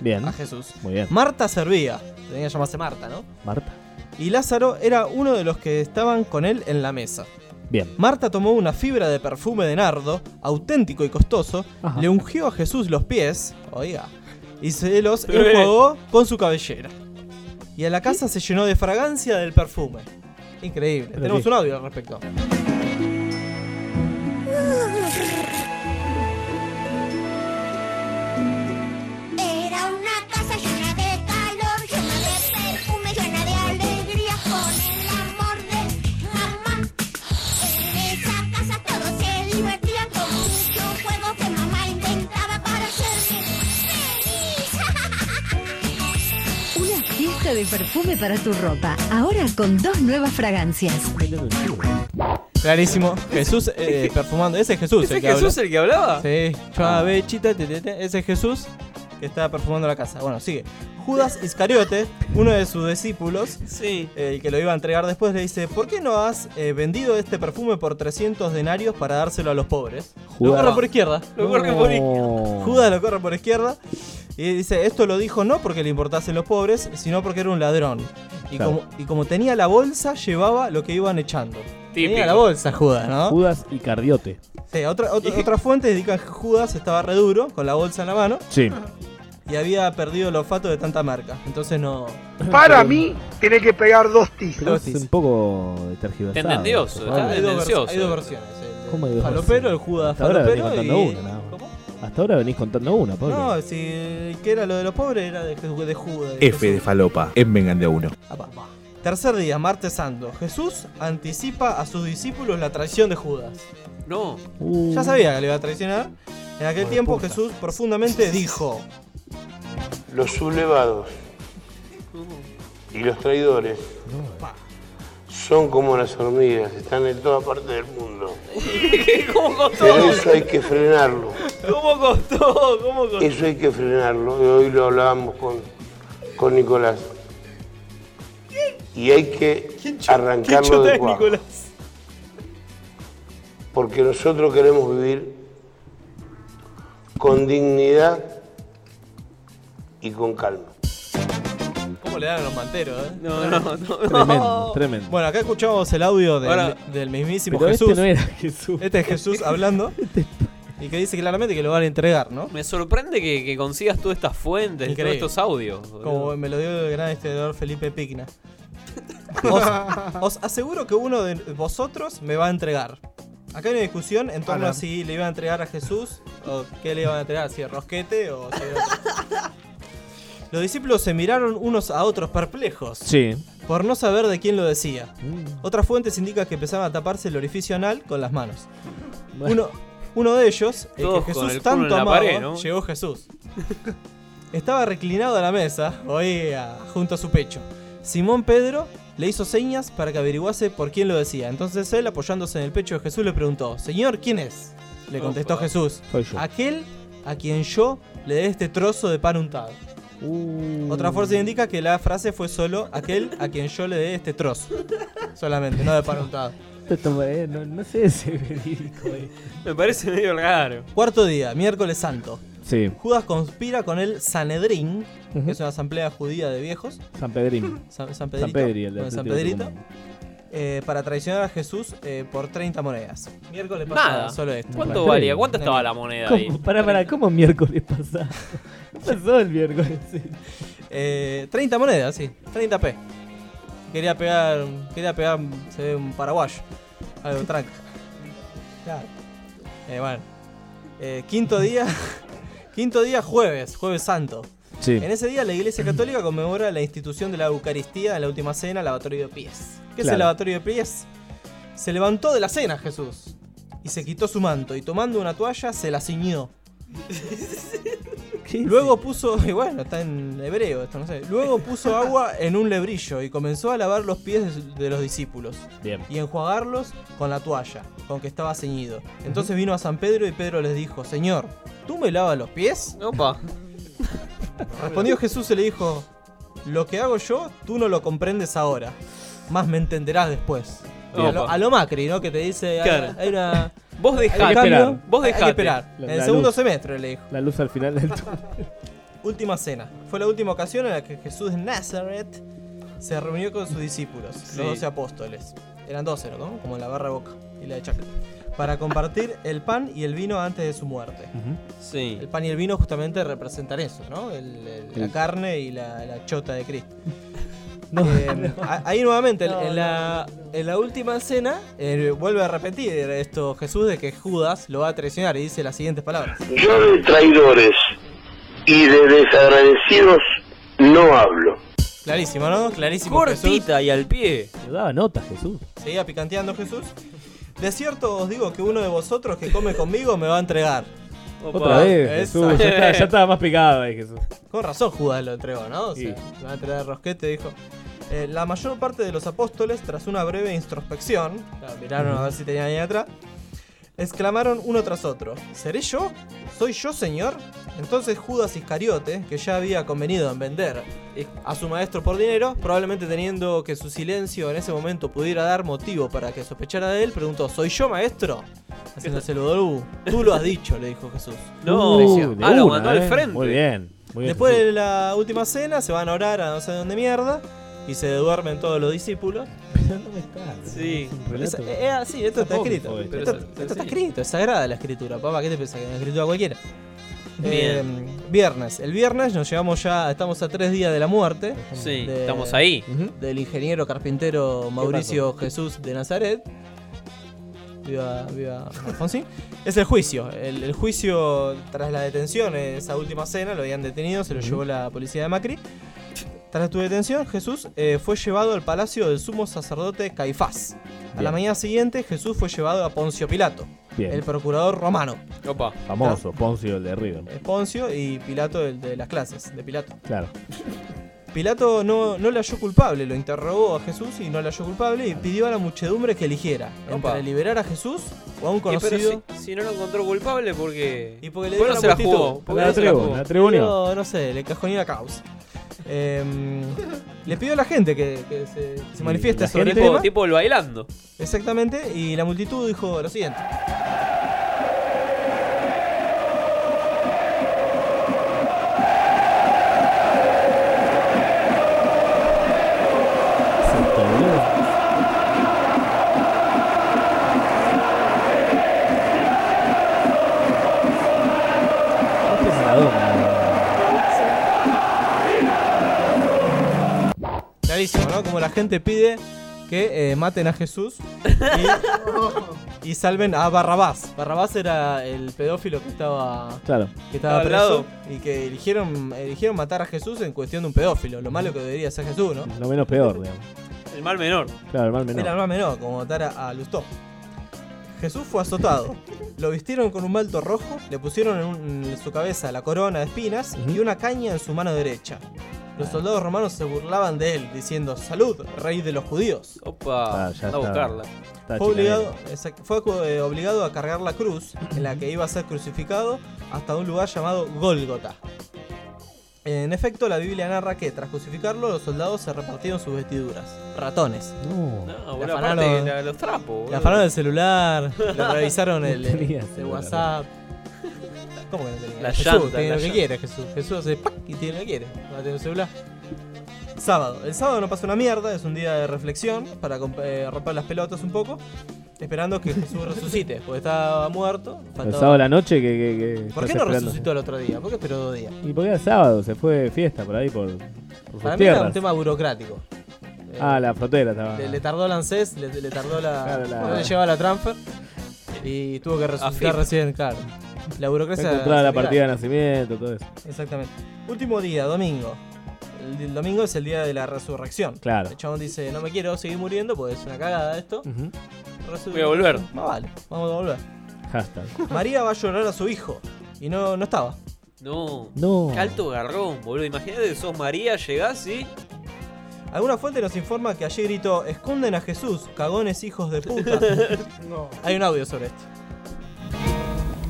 Bien. a Jesús. Muy bien. Marta servía, tenía que llamarse Marta, ¿no? Marta. Y Lázaro era uno de los que estaban con él en la mesa. Bien. Marta tomó una fibra de perfume de nardo, auténtico y costoso, le ungió a Jesús los pies, oiga, y se los Eh. enjuagó con su cabellera. Y a la casa se llenó de fragancia del perfume. Increíble. Pero Tenemos sí. un audio al respecto. Era una casa llena de calor, llena de perfume, llena de alegría, con el amor de mamá. En esa casa todos se divertían con muchos juegos que mamá inventaba para hacerme feliz. Una fiesta de perfume para tu ropa, ahora con dos nuevas fragancias. Clarísimo. Jesús eh, perfumando. Ese es Jesús. ¿Ese el que es Jesús habla. el que hablaba? Ah. Sí. Chavechita, te, te, te. Ese es Jesús que está perfumando la casa. Bueno, sigue. Judas Iscariote, uno de sus discípulos, el que lo iba a entregar después, le dice, ¿por qué no has eh, vendido este perfume por 300 denarios para dárselo a los pobres? Lo Judas. corre por izquierda. Lo corre por izquierda. Judas lo corre por izquierda. Y dice, esto lo dijo no porque le importasen los pobres, sino porque era un ladrón. Y, Claro. como, y como tenía la bolsa, llevaba lo que iban echando. Tenía Típico. la bolsa Judas, ¿no? Judas y Cardiote. Sí, otra, otra, otra fuente dedica que Judas estaba re duro, con la bolsa en la mano, Sí. y había perdido el olfato de tanta marca. Entonces no... Para mí, tiene que pegar dos Pero tizas. es un poco tergiversado. Tendencioso, por está Ah, favor. Hay dos tendencioso. vers- hay dos versiones, el- ¿Cómo hay dos falopero, el versiones? Judas Hasta ahora venís falopero contando y- una, nada más. Hasta ahora venís contando una, Pablo. No, si el que era lo de los pobres era de, Jesús- de Judas. de F de falopa, en Vengan de a uno. Jesús. Tercer día, martes santo. Jesús anticipa a sus discípulos la traición de Judas. No. Uh. Ya sabía que le iba a traicionar. En aquel Hijo de tiempo puta. Jesús profundamente dijo... Los sublevados y los traidores son como las hormigas, están en toda parte del mundo. ¿Cómo Pero costó? eso hay que frenarlo. ¿Cómo costó? ¿Cómo costó? Eso hay que frenarlo. Hoy lo hablábamos con, con Nicolás. Y hay que arrancarlo de cuajo. Porque nosotros queremos vivir con dignidad y con calma. ¿Cómo le dan a los manteros, eh? No, no, no. Tremendo, tremendo. Bueno, acá escuchamos el audio del, Ahora- del mismísimo Pero este Jesús. no era Jesús. Este Este es Jesús hablando. y que dice claramente que lo van a entregar, ¿no? Me sorprende que, que consigas todas estas fuentes, Increíble. todos estos audios. boludo. Como me lo dio el gran historiador Felipe Pigna. Os, os aseguro que uno de vosotros me va a entregar. Acá hay una discusión en torno a Alan. si le iban a entregar a Jesús o qué le iban a entregar, si rosquete o si era- Los discípulos se miraron unos a otros perplejos. Sí. Por no saber de quién lo decía. Otras fuentes indican que empezaban a taparse el orificio anal con las manos. Uno, uno de ellos, el Todos que con Jesús el culo en tanto la amaba, pared, ¿no? llegó Jesús. Estaba reclinado a la mesa, oía, junto a su pecho. Simón Pedro, le hizo señas para que averiguase por quién lo decía. Entonces él, apoyándose en el pecho de Jesús, le preguntó, Señor, ¿quién es? Le contestó Opa. Jesús, Soy yo. aquel a quien yo le dé este trozo de pan untado. Uh. Otra fuerza indica que la frase fue solo aquel a quien yo le dé este trozo. Solamente, no de pan untado. eh, no, no sé si es verídico. Me parece medio raro. Cuarto día, miércoles santo. Sí, Judas conspira con el Sanedrín, Ujú. que es una asamblea judía de viejos. San Pedrín. San, San Pedrito. San Pedri, el de bueno, San Atlético Pedrito, eh, para traicionar a Jesús eh, por 30 monedas. Miércoles Nada. pasado, solo esto. ¿Cuánto valía? ¿Cuánto estaba la moneda ahí? ¿Cómo? Pará, pará, ¿cómo miércoles pasado? ¿Qué pasó el miércoles? Eh, 30 monedas, sí. 30p. Quería pegar, quería pegar, se ve un paraguayo. Algo tranca. Claro. Eh, bueno. Eh, quinto día, quinto día jueves, jueves santo. Sí. En ese día la Iglesia Católica conmemora la institución de la Eucaristía en la última cena, lavatorio de pies. ¿Qué es Claro. el lavatorio de pies? Se levantó de la cena Jesús y se quitó su manto y tomando una toalla se la ciñó. Luego puso, y bueno, está en hebreo esto, no sé. Luego puso agua en un lebrillo y comenzó a lavar los pies de- de los discípulos Bien. y enjuagarlos con la toalla con que estaba ceñido. Entonces vino a San Pedro y Pedro les dijo, Señor, ¿tú me lavas los pies? Opa. Respondió Jesús y le dijo, lo que hago yo, tú no lo comprendes ahora, más me entenderás después. Opa. A lo, a lo Macri, ¿no? Que te dice, "Hay- Claro. hay una... Vos hay un dejate. cambio, Esperar. Vos hay que dejate". esperar. La- en el la segundo luz. semestre le dijo. La luz al final del Última cena. Fue la última ocasión en la que Jesús de Nazaret se reunió con sus discípulos, los doce apóstoles. Eran doce, ¿no? Como la barra de boca y la de Chaco. Para compartir el pan y el vino antes de su muerte. Sí. El pan y el vino justamente representan eso, ¿no? El- el- La Sí. carne y la, la chota de Cristo. Eh, a- Ahí nuevamente, en- en, la, en la última cena, eh, vuelve a repetir esto Jesús de que Judas lo va a traicionar y dice las siguientes palabras. Yo de traidores y de desagradecidos no hablo. Clarísimo, ¿no? Clarísimo. Cortita y al pie. Le daba nota Jesús. Seguía picanteando Jesús. De cierto os digo que uno de vosotros que come conmigo me va a entregar. Otra vez, Jesús. Ya estaba, ya estaba más picado ahí, Jesús. Con razón Judas lo entregó, ¿no? O sea, Sí. me va a entregar rosquete, dijo. Eh, la mayor parte de los apóstoles, tras una breve introspección, claro, miraron a ver si tenían ahí atrás, exclamaron uno tras otro, ¿seré yo? ¿Soy yo, señor? Entonces Judas Iscariote, que ya había convenido en vender a su maestro por dinero, probablemente teniendo que su silencio en ese momento pudiera dar motivo para que sospechara de él, preguntó, ¿soy yo, maestro? Haciéndoselo boludo. Tú lo has dicho, le dijo Jesús. No. Uh, de Ah, lo una, mandó al eh. frente. Muy bien. Muy bien Después de la última cena se van a orar a no sé dónde mierda y se duermen todos los discípulos. Sí. Es- eh, eh, sí, esto está escrito. Pero Esto, es- esto está escrito, es sagrada la escritura, papá. ¿Qué te pensás? Que es una escritura cualquiera. Bien. Eh, viernes. El viernes nos llevamos ya, estamos a tres días de la muerte. Sí, de- estamos ahí. Del ingeniero carpintero Mauricio Jesús de Nazaret. Viva, viva Alfonsín. Es el juicio. El, el juicio tras la detención, esa última cena, lo habían detenido, se lo llevó la policía de Macri. Tras tu detención, Jesús eh, fue llevado al palacio del sumo sacerdote Caifás. A la Bien. mañana siguiente, Jesús fue llevado a Poncio Pilato, Bien. el procurador romano. Opa. Famoso, Poncio, el de River. Es Poncio y Pilato, el de las clases, de Pilato. Claro. Pilato no, no le halló culpable, lo interrogó a Jesús y no le halló culpable y pidió a la muchedumbre que eligiera Opa. entre liberar a Jesús o a un Y conocido. pero si, si no lo encontró culpable, ¿por qué? Y porque le ¿Por qué no dio la se la multitud. jugó? ¿Por qué La no se la atribuyó, jugó? la atribuyó. Pidió, no sé, le cajoneó la causa. Em, le pidió a la gente que, que se, que se manifieste La sobre el gente- tema. Tipo el bailando. Exactamente, y la multitud dijo lo siguiente. Clarísimo, ¿no? Como la gente pide que eh, maten a Jesús y, y salven a Barrabás. Barrabás era el pedófilo que estaba, Claro. que Estaba estaba al preso lado. y que eligieron, eligieron matar a Jesús en cuestión de un pedófilo. Lo malo que debería ser Jesús, ¿no? Lo menos peor, digamos. El mal menor. Claro, el mal Era menor. más menor, como matar a, a Lustó. Jesús fue azotado. Lo vistieron con un manto rojo, le pusieron en, un- en su cabeza la corona de espinas y una caña en su mano derecha. Los soldados romanos se burlaban de él, diciendo, salud, rey de los judíos. Opa, Ah, anda ya a está. buscarla. Fue obligado, exact- fue co- eh, obligado a cargar la cruz en la que iba a ser crucificado hasta un lugar llamado Gólgota. En efecto, la Biblia narra que tras crucificarlo, los soldados se repartieron sus vestiduras. Ratones. No, bueno, afanaron- aparte la- los trapos. boludo. Le afanaron el celular, le revisaron el, No tenía el celular, WhatsApp. ¿Cómo que no tenía? La Jesús llanta, tiene la lo que llanta. quiere, Jesús. Jesús hace ¡pac! y tiene lo que quiere. Va a tener un celular. Sábado. El sábado no pasa una mierda, es un día de reflexión para comp- eh, romper las pelotas un poco. Esperando que Jesús resucite, porque estaba muerto. faltaba- El sábado a la noche que. que- que ¿Por estás qué no esperando. resucitó el otro día? ¿Por qué esperó dos días? Y porque era sábado, se fue de fiesta por ahí, por, por Para sus mí era un tierras. tema burocrático. Eh, Ah, la frontera estaba. Le, le tardó el ANSES, le, le tardó la. Claro, la- No le llevaba la transfer. Y tuvo que resucitar AFIP. recién, claro. La burocracia. Fue encontrada la sanitaria. partida de nacimiento, todo eso. Exactamente. Último día, domingo. El, el domingo es el día de la resurrección. Claro. El chabón dice: No me quiero seguir muriendo porque es una cagada esto. Resu- Voy a volver. Ah, vale, vamos a volver. Hashtag. María va a llorar a su hijo. Y no, no estaba. No. No. Qué alto garrón, boludo. Imagínate que sos María, llegás y. Alguna fuente nos informa que allí gritó: Esconden a Jesús, cagones hijos de puta. Hay un audio sobre esto.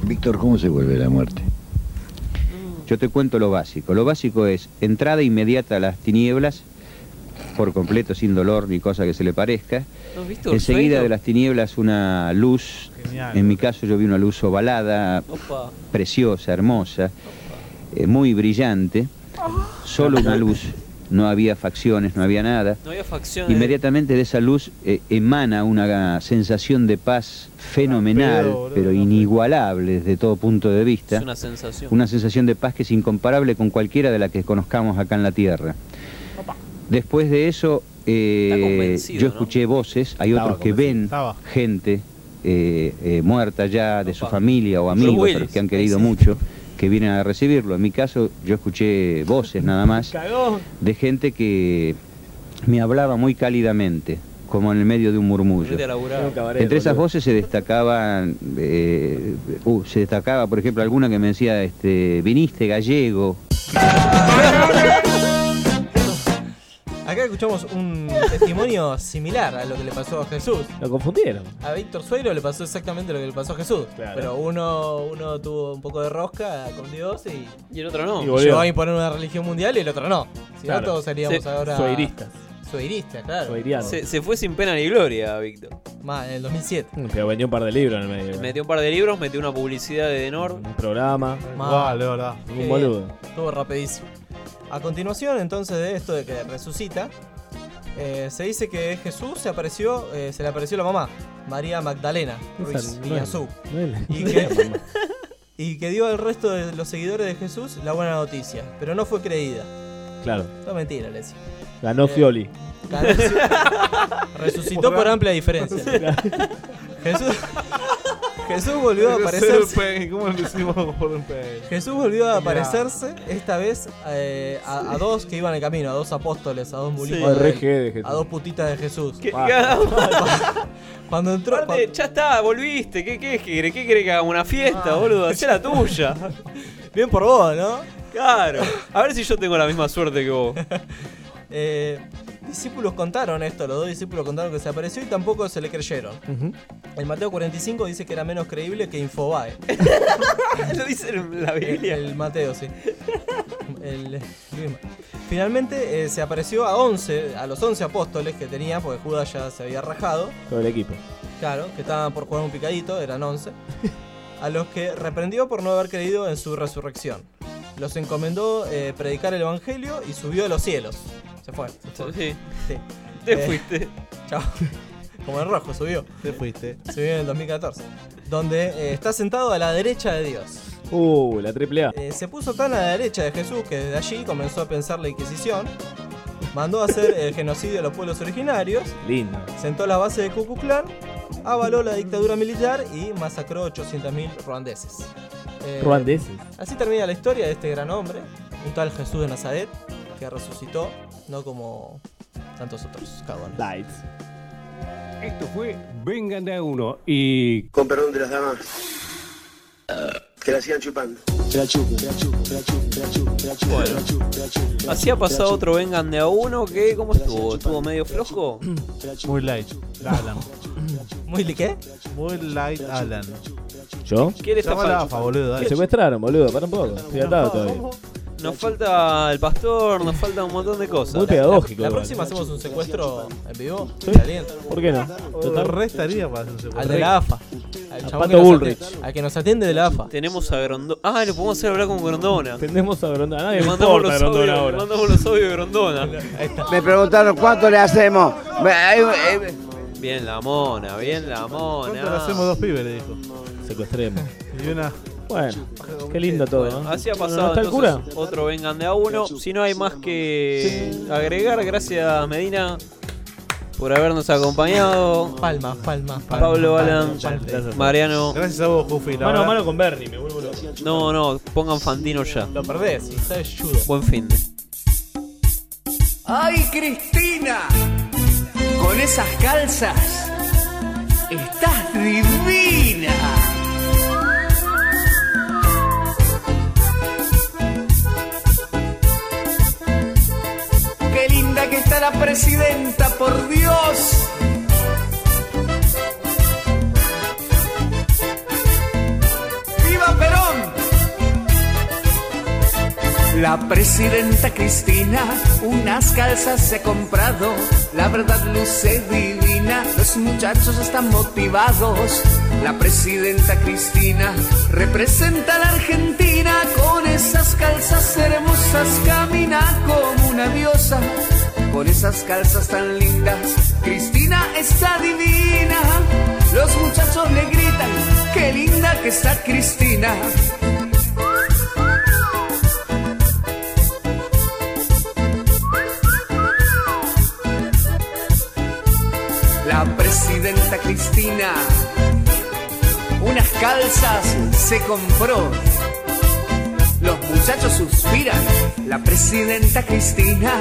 Víctor, ¿cómo se vuelve la muerte? Mm. Yo te cuento lo básico. Lo básico es entrada inmediata a las tinieblas, por completo, sin dolor ni cosa que se le parezca. ¿No has visto Enseguida Orfeo? de las tinieblas una luz. Genial. En mi caso yo vi una luz ovalada, Opa. preciosa, hermosa, eh, muy brillante. Ah. Solo una luz. No había facciones, no había nada. No había facciones. Inmediatamente de esa luz eh, emana una sensación de paz fenomenal, Pedo, boludo, pero inigualable desde todo punto de vista. Es una sensación. Una sensación de paz que es incomparable con cualquiera de las que conozcamos acá en la Tierra. Después de eso, eh, convencido, yo ¿no? escuché voces, hay Estaba otros que convencido, ven estaba. gente eh, eh, muerta ya de su familia o Bruce amigos a los Willis, que han querido mucho, que vienen a recibirlo. En mi caso, yo escuché voces nada más de gente que me hablaba muy cálidamente, como en el medio de un murmullo. Vete a laburar. Entre esas voces se destacaban, eh, uh, se destacaba, por ejemplo, alguna que me decía, este, viniste gallego. Acá escuchamos un testimonio similar a lo que le pasó a Jesús. Lo confundieron. A Víctor Suero le pasó exactamente lo que le pasó a Jesús. Pero uno, uno tuvo un poco de rosca con Dios y. Y el otro no. Y Y volvió. Llegó a imponer una religión mundial y el otro no. Si Claro. no, todos seríamos Sí. ahora. Sueiristas. Sueiristas, claro. Se, se fue sin pena ni gloria, Víctor. Más, en el 2007. Pero vendió un par de libros en el medio. Metió un par de libros, metió una publicidad de Denor. Un programa. Ma. Eh, Un boludo. Estuvo rapidísimo. A continuación, entonces, de esto de que resucita, eh, se dice que Jesús se apareció, eh, se le apareció la mamá, María Magdalena, Ruiz Esa no es- Iñazú, no es la- y, que, y que dio al resto de los seguidores de Jesús la buena noticia, pero no fue creída. Claro. No mentira, le decía. Ganó Eh, Fioli. ganó Fioli. Resucitó por amplia diferencia. Jesús, Jesús volvió a aparecerse. ¿Cómo lo hicimos por un pez? Jesús volvió a Ya. aparecerse, esta vez eh, a, a dos que iban en camino, a dos apóstoles, a dos Sí. Al mulitos, rey G de Jesús. a dos putitas de Jesús. Ah. Cuando entró. Aparte, ya está, volviste. ¿Qué querés que querés? ¿Qué querés que haga una fiesta, boludo? Hacé la tuya. Ah. Bien por vos, ¿no? Claro. A ver si yo tengo la misma suerte que vos. Eh, discípulos contaron esto, los dos discípulos contaron que se apareció y tampoco se le creyeron. El Mateo 45 dice que era menos creíble que Infobae. Lo dice en la Biblia. El, el Mateo, sí. El- Finalmente eh, se apareció a 11, a los 11 apóstoles que tenía, porque Judas ya se había rajado. Todo el equipo. Claro, que estaban por jugar un picadito, eran 11. A los que reprendió por no haber creído en su resurrección. Los encomendó eh, predicar el evangelio y subió a los cielos. Se fue. se fue. Sí. Sí. Eh, Te fuiste. Chao. Como el rojo subió. Te fuiste. Subió en el 2014. Donde eh, está sentado a la derecha de Dios. Uh, la triple A. Eh, se puso tan a la derecha de Jesús que desde allí comenzó a pensar la Inquisición, mandó a hacer el genocidio a los pueblos originarios, Lindo. sentó la base de Ku Klux Klan, avaló la dictadura militar y masacró 800.000 ruandeses. Eh, Ruandeses. Así termina la historia de este gran hombre, un tal Jesús de Nazaret, que resucitó, no como tantos otros cagones. Esto fue Vengan de a uno y... Con perdón de las damas. que la sigan chupando. Bueno, así ha pasado otro Vengan de a uno que, ¿cómo estuvo? ¿Estuvo medio flojo? Muy light. Alan. ¿Muy li- qué? Muy light Alan. ¿Yo? ¿Quién está Llamala, falso? Fa, boludo, dale. Me secuestraron, boludo, para un poco. Estoy atado todavía. Nos falta el pastor, nos falta un montón de cosas. Muy pedagógico, La igual. próxima hacemos un secuestro en vivo. Sí. Italiano. ¿Por qué no? Total. Re estaría para hacer un secuestro. Al de la AFA. Al chabón que Pato nos Bullrich. atiende- Al que nos atiende de la AFA. Tenemos a Grondona. Ah, lo podemos hacer hablar con Grondona. Tenemos a Grondona. Le le mandamos importa los Grondona audios, ahora. le mandamos los audios de Grondona. Me preguntaron cuánto le hacemos. Me- eh, eh, Bien la mona, bien la mona. ¿Cuánto le hacemos dos pibes? Le dijo. Secuestremos. Y una. Bueno, qué lindo todo. ¿no? Así ha Bueno, pasado ¿Está el entonces, cura? otro vengan de a uno. Si no hay más que agregar, gracias Medina por habernos acompañado. Palmas, palmas, palmas. Pablo Alan, palmas. Mariano. Gracias a vos, Jufi. la Mano a verdad. mano con Bernie, me vuelvo loco. No, no, pongan Fantino ya. Lo perdés, si sabes judo. Buen fin. ¡Ay, Cristina! Con esas calzas, estás divina. Qué linda que está la presidenta, por Dios. ¡Viva Perón! La presidenta Cristina unas calzas he comprado, la verdad luce divina, los muchachos están motivados. La presidenta Cristina representa a la Argentina con esas calzas hermosas, camina como una diosa. Con esas calzas tan lindas, Cristina está divina. Los muchachos le gritan, qué linda que está Cristina. la presidenta Cristina. Unas calzas se compró. Los muchachos suspiran. La presidenta Cristina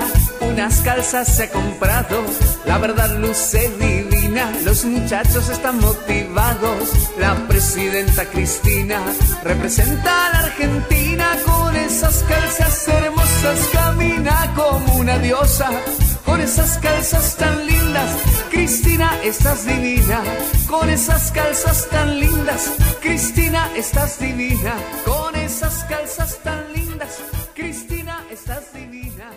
unas calzas se ha comprado. La verdad luce divina. Los muchachos están motivados. La presidenta Cristina representa a la Argentina con esas calzas hermosas. Camina como una diosa. Con esas calzas tan lindas, Cristina, estás divina. Con esas calzas tan lindas, Cristina, estás divina. Con esas calzas tan lindas, Cristina, estás divina.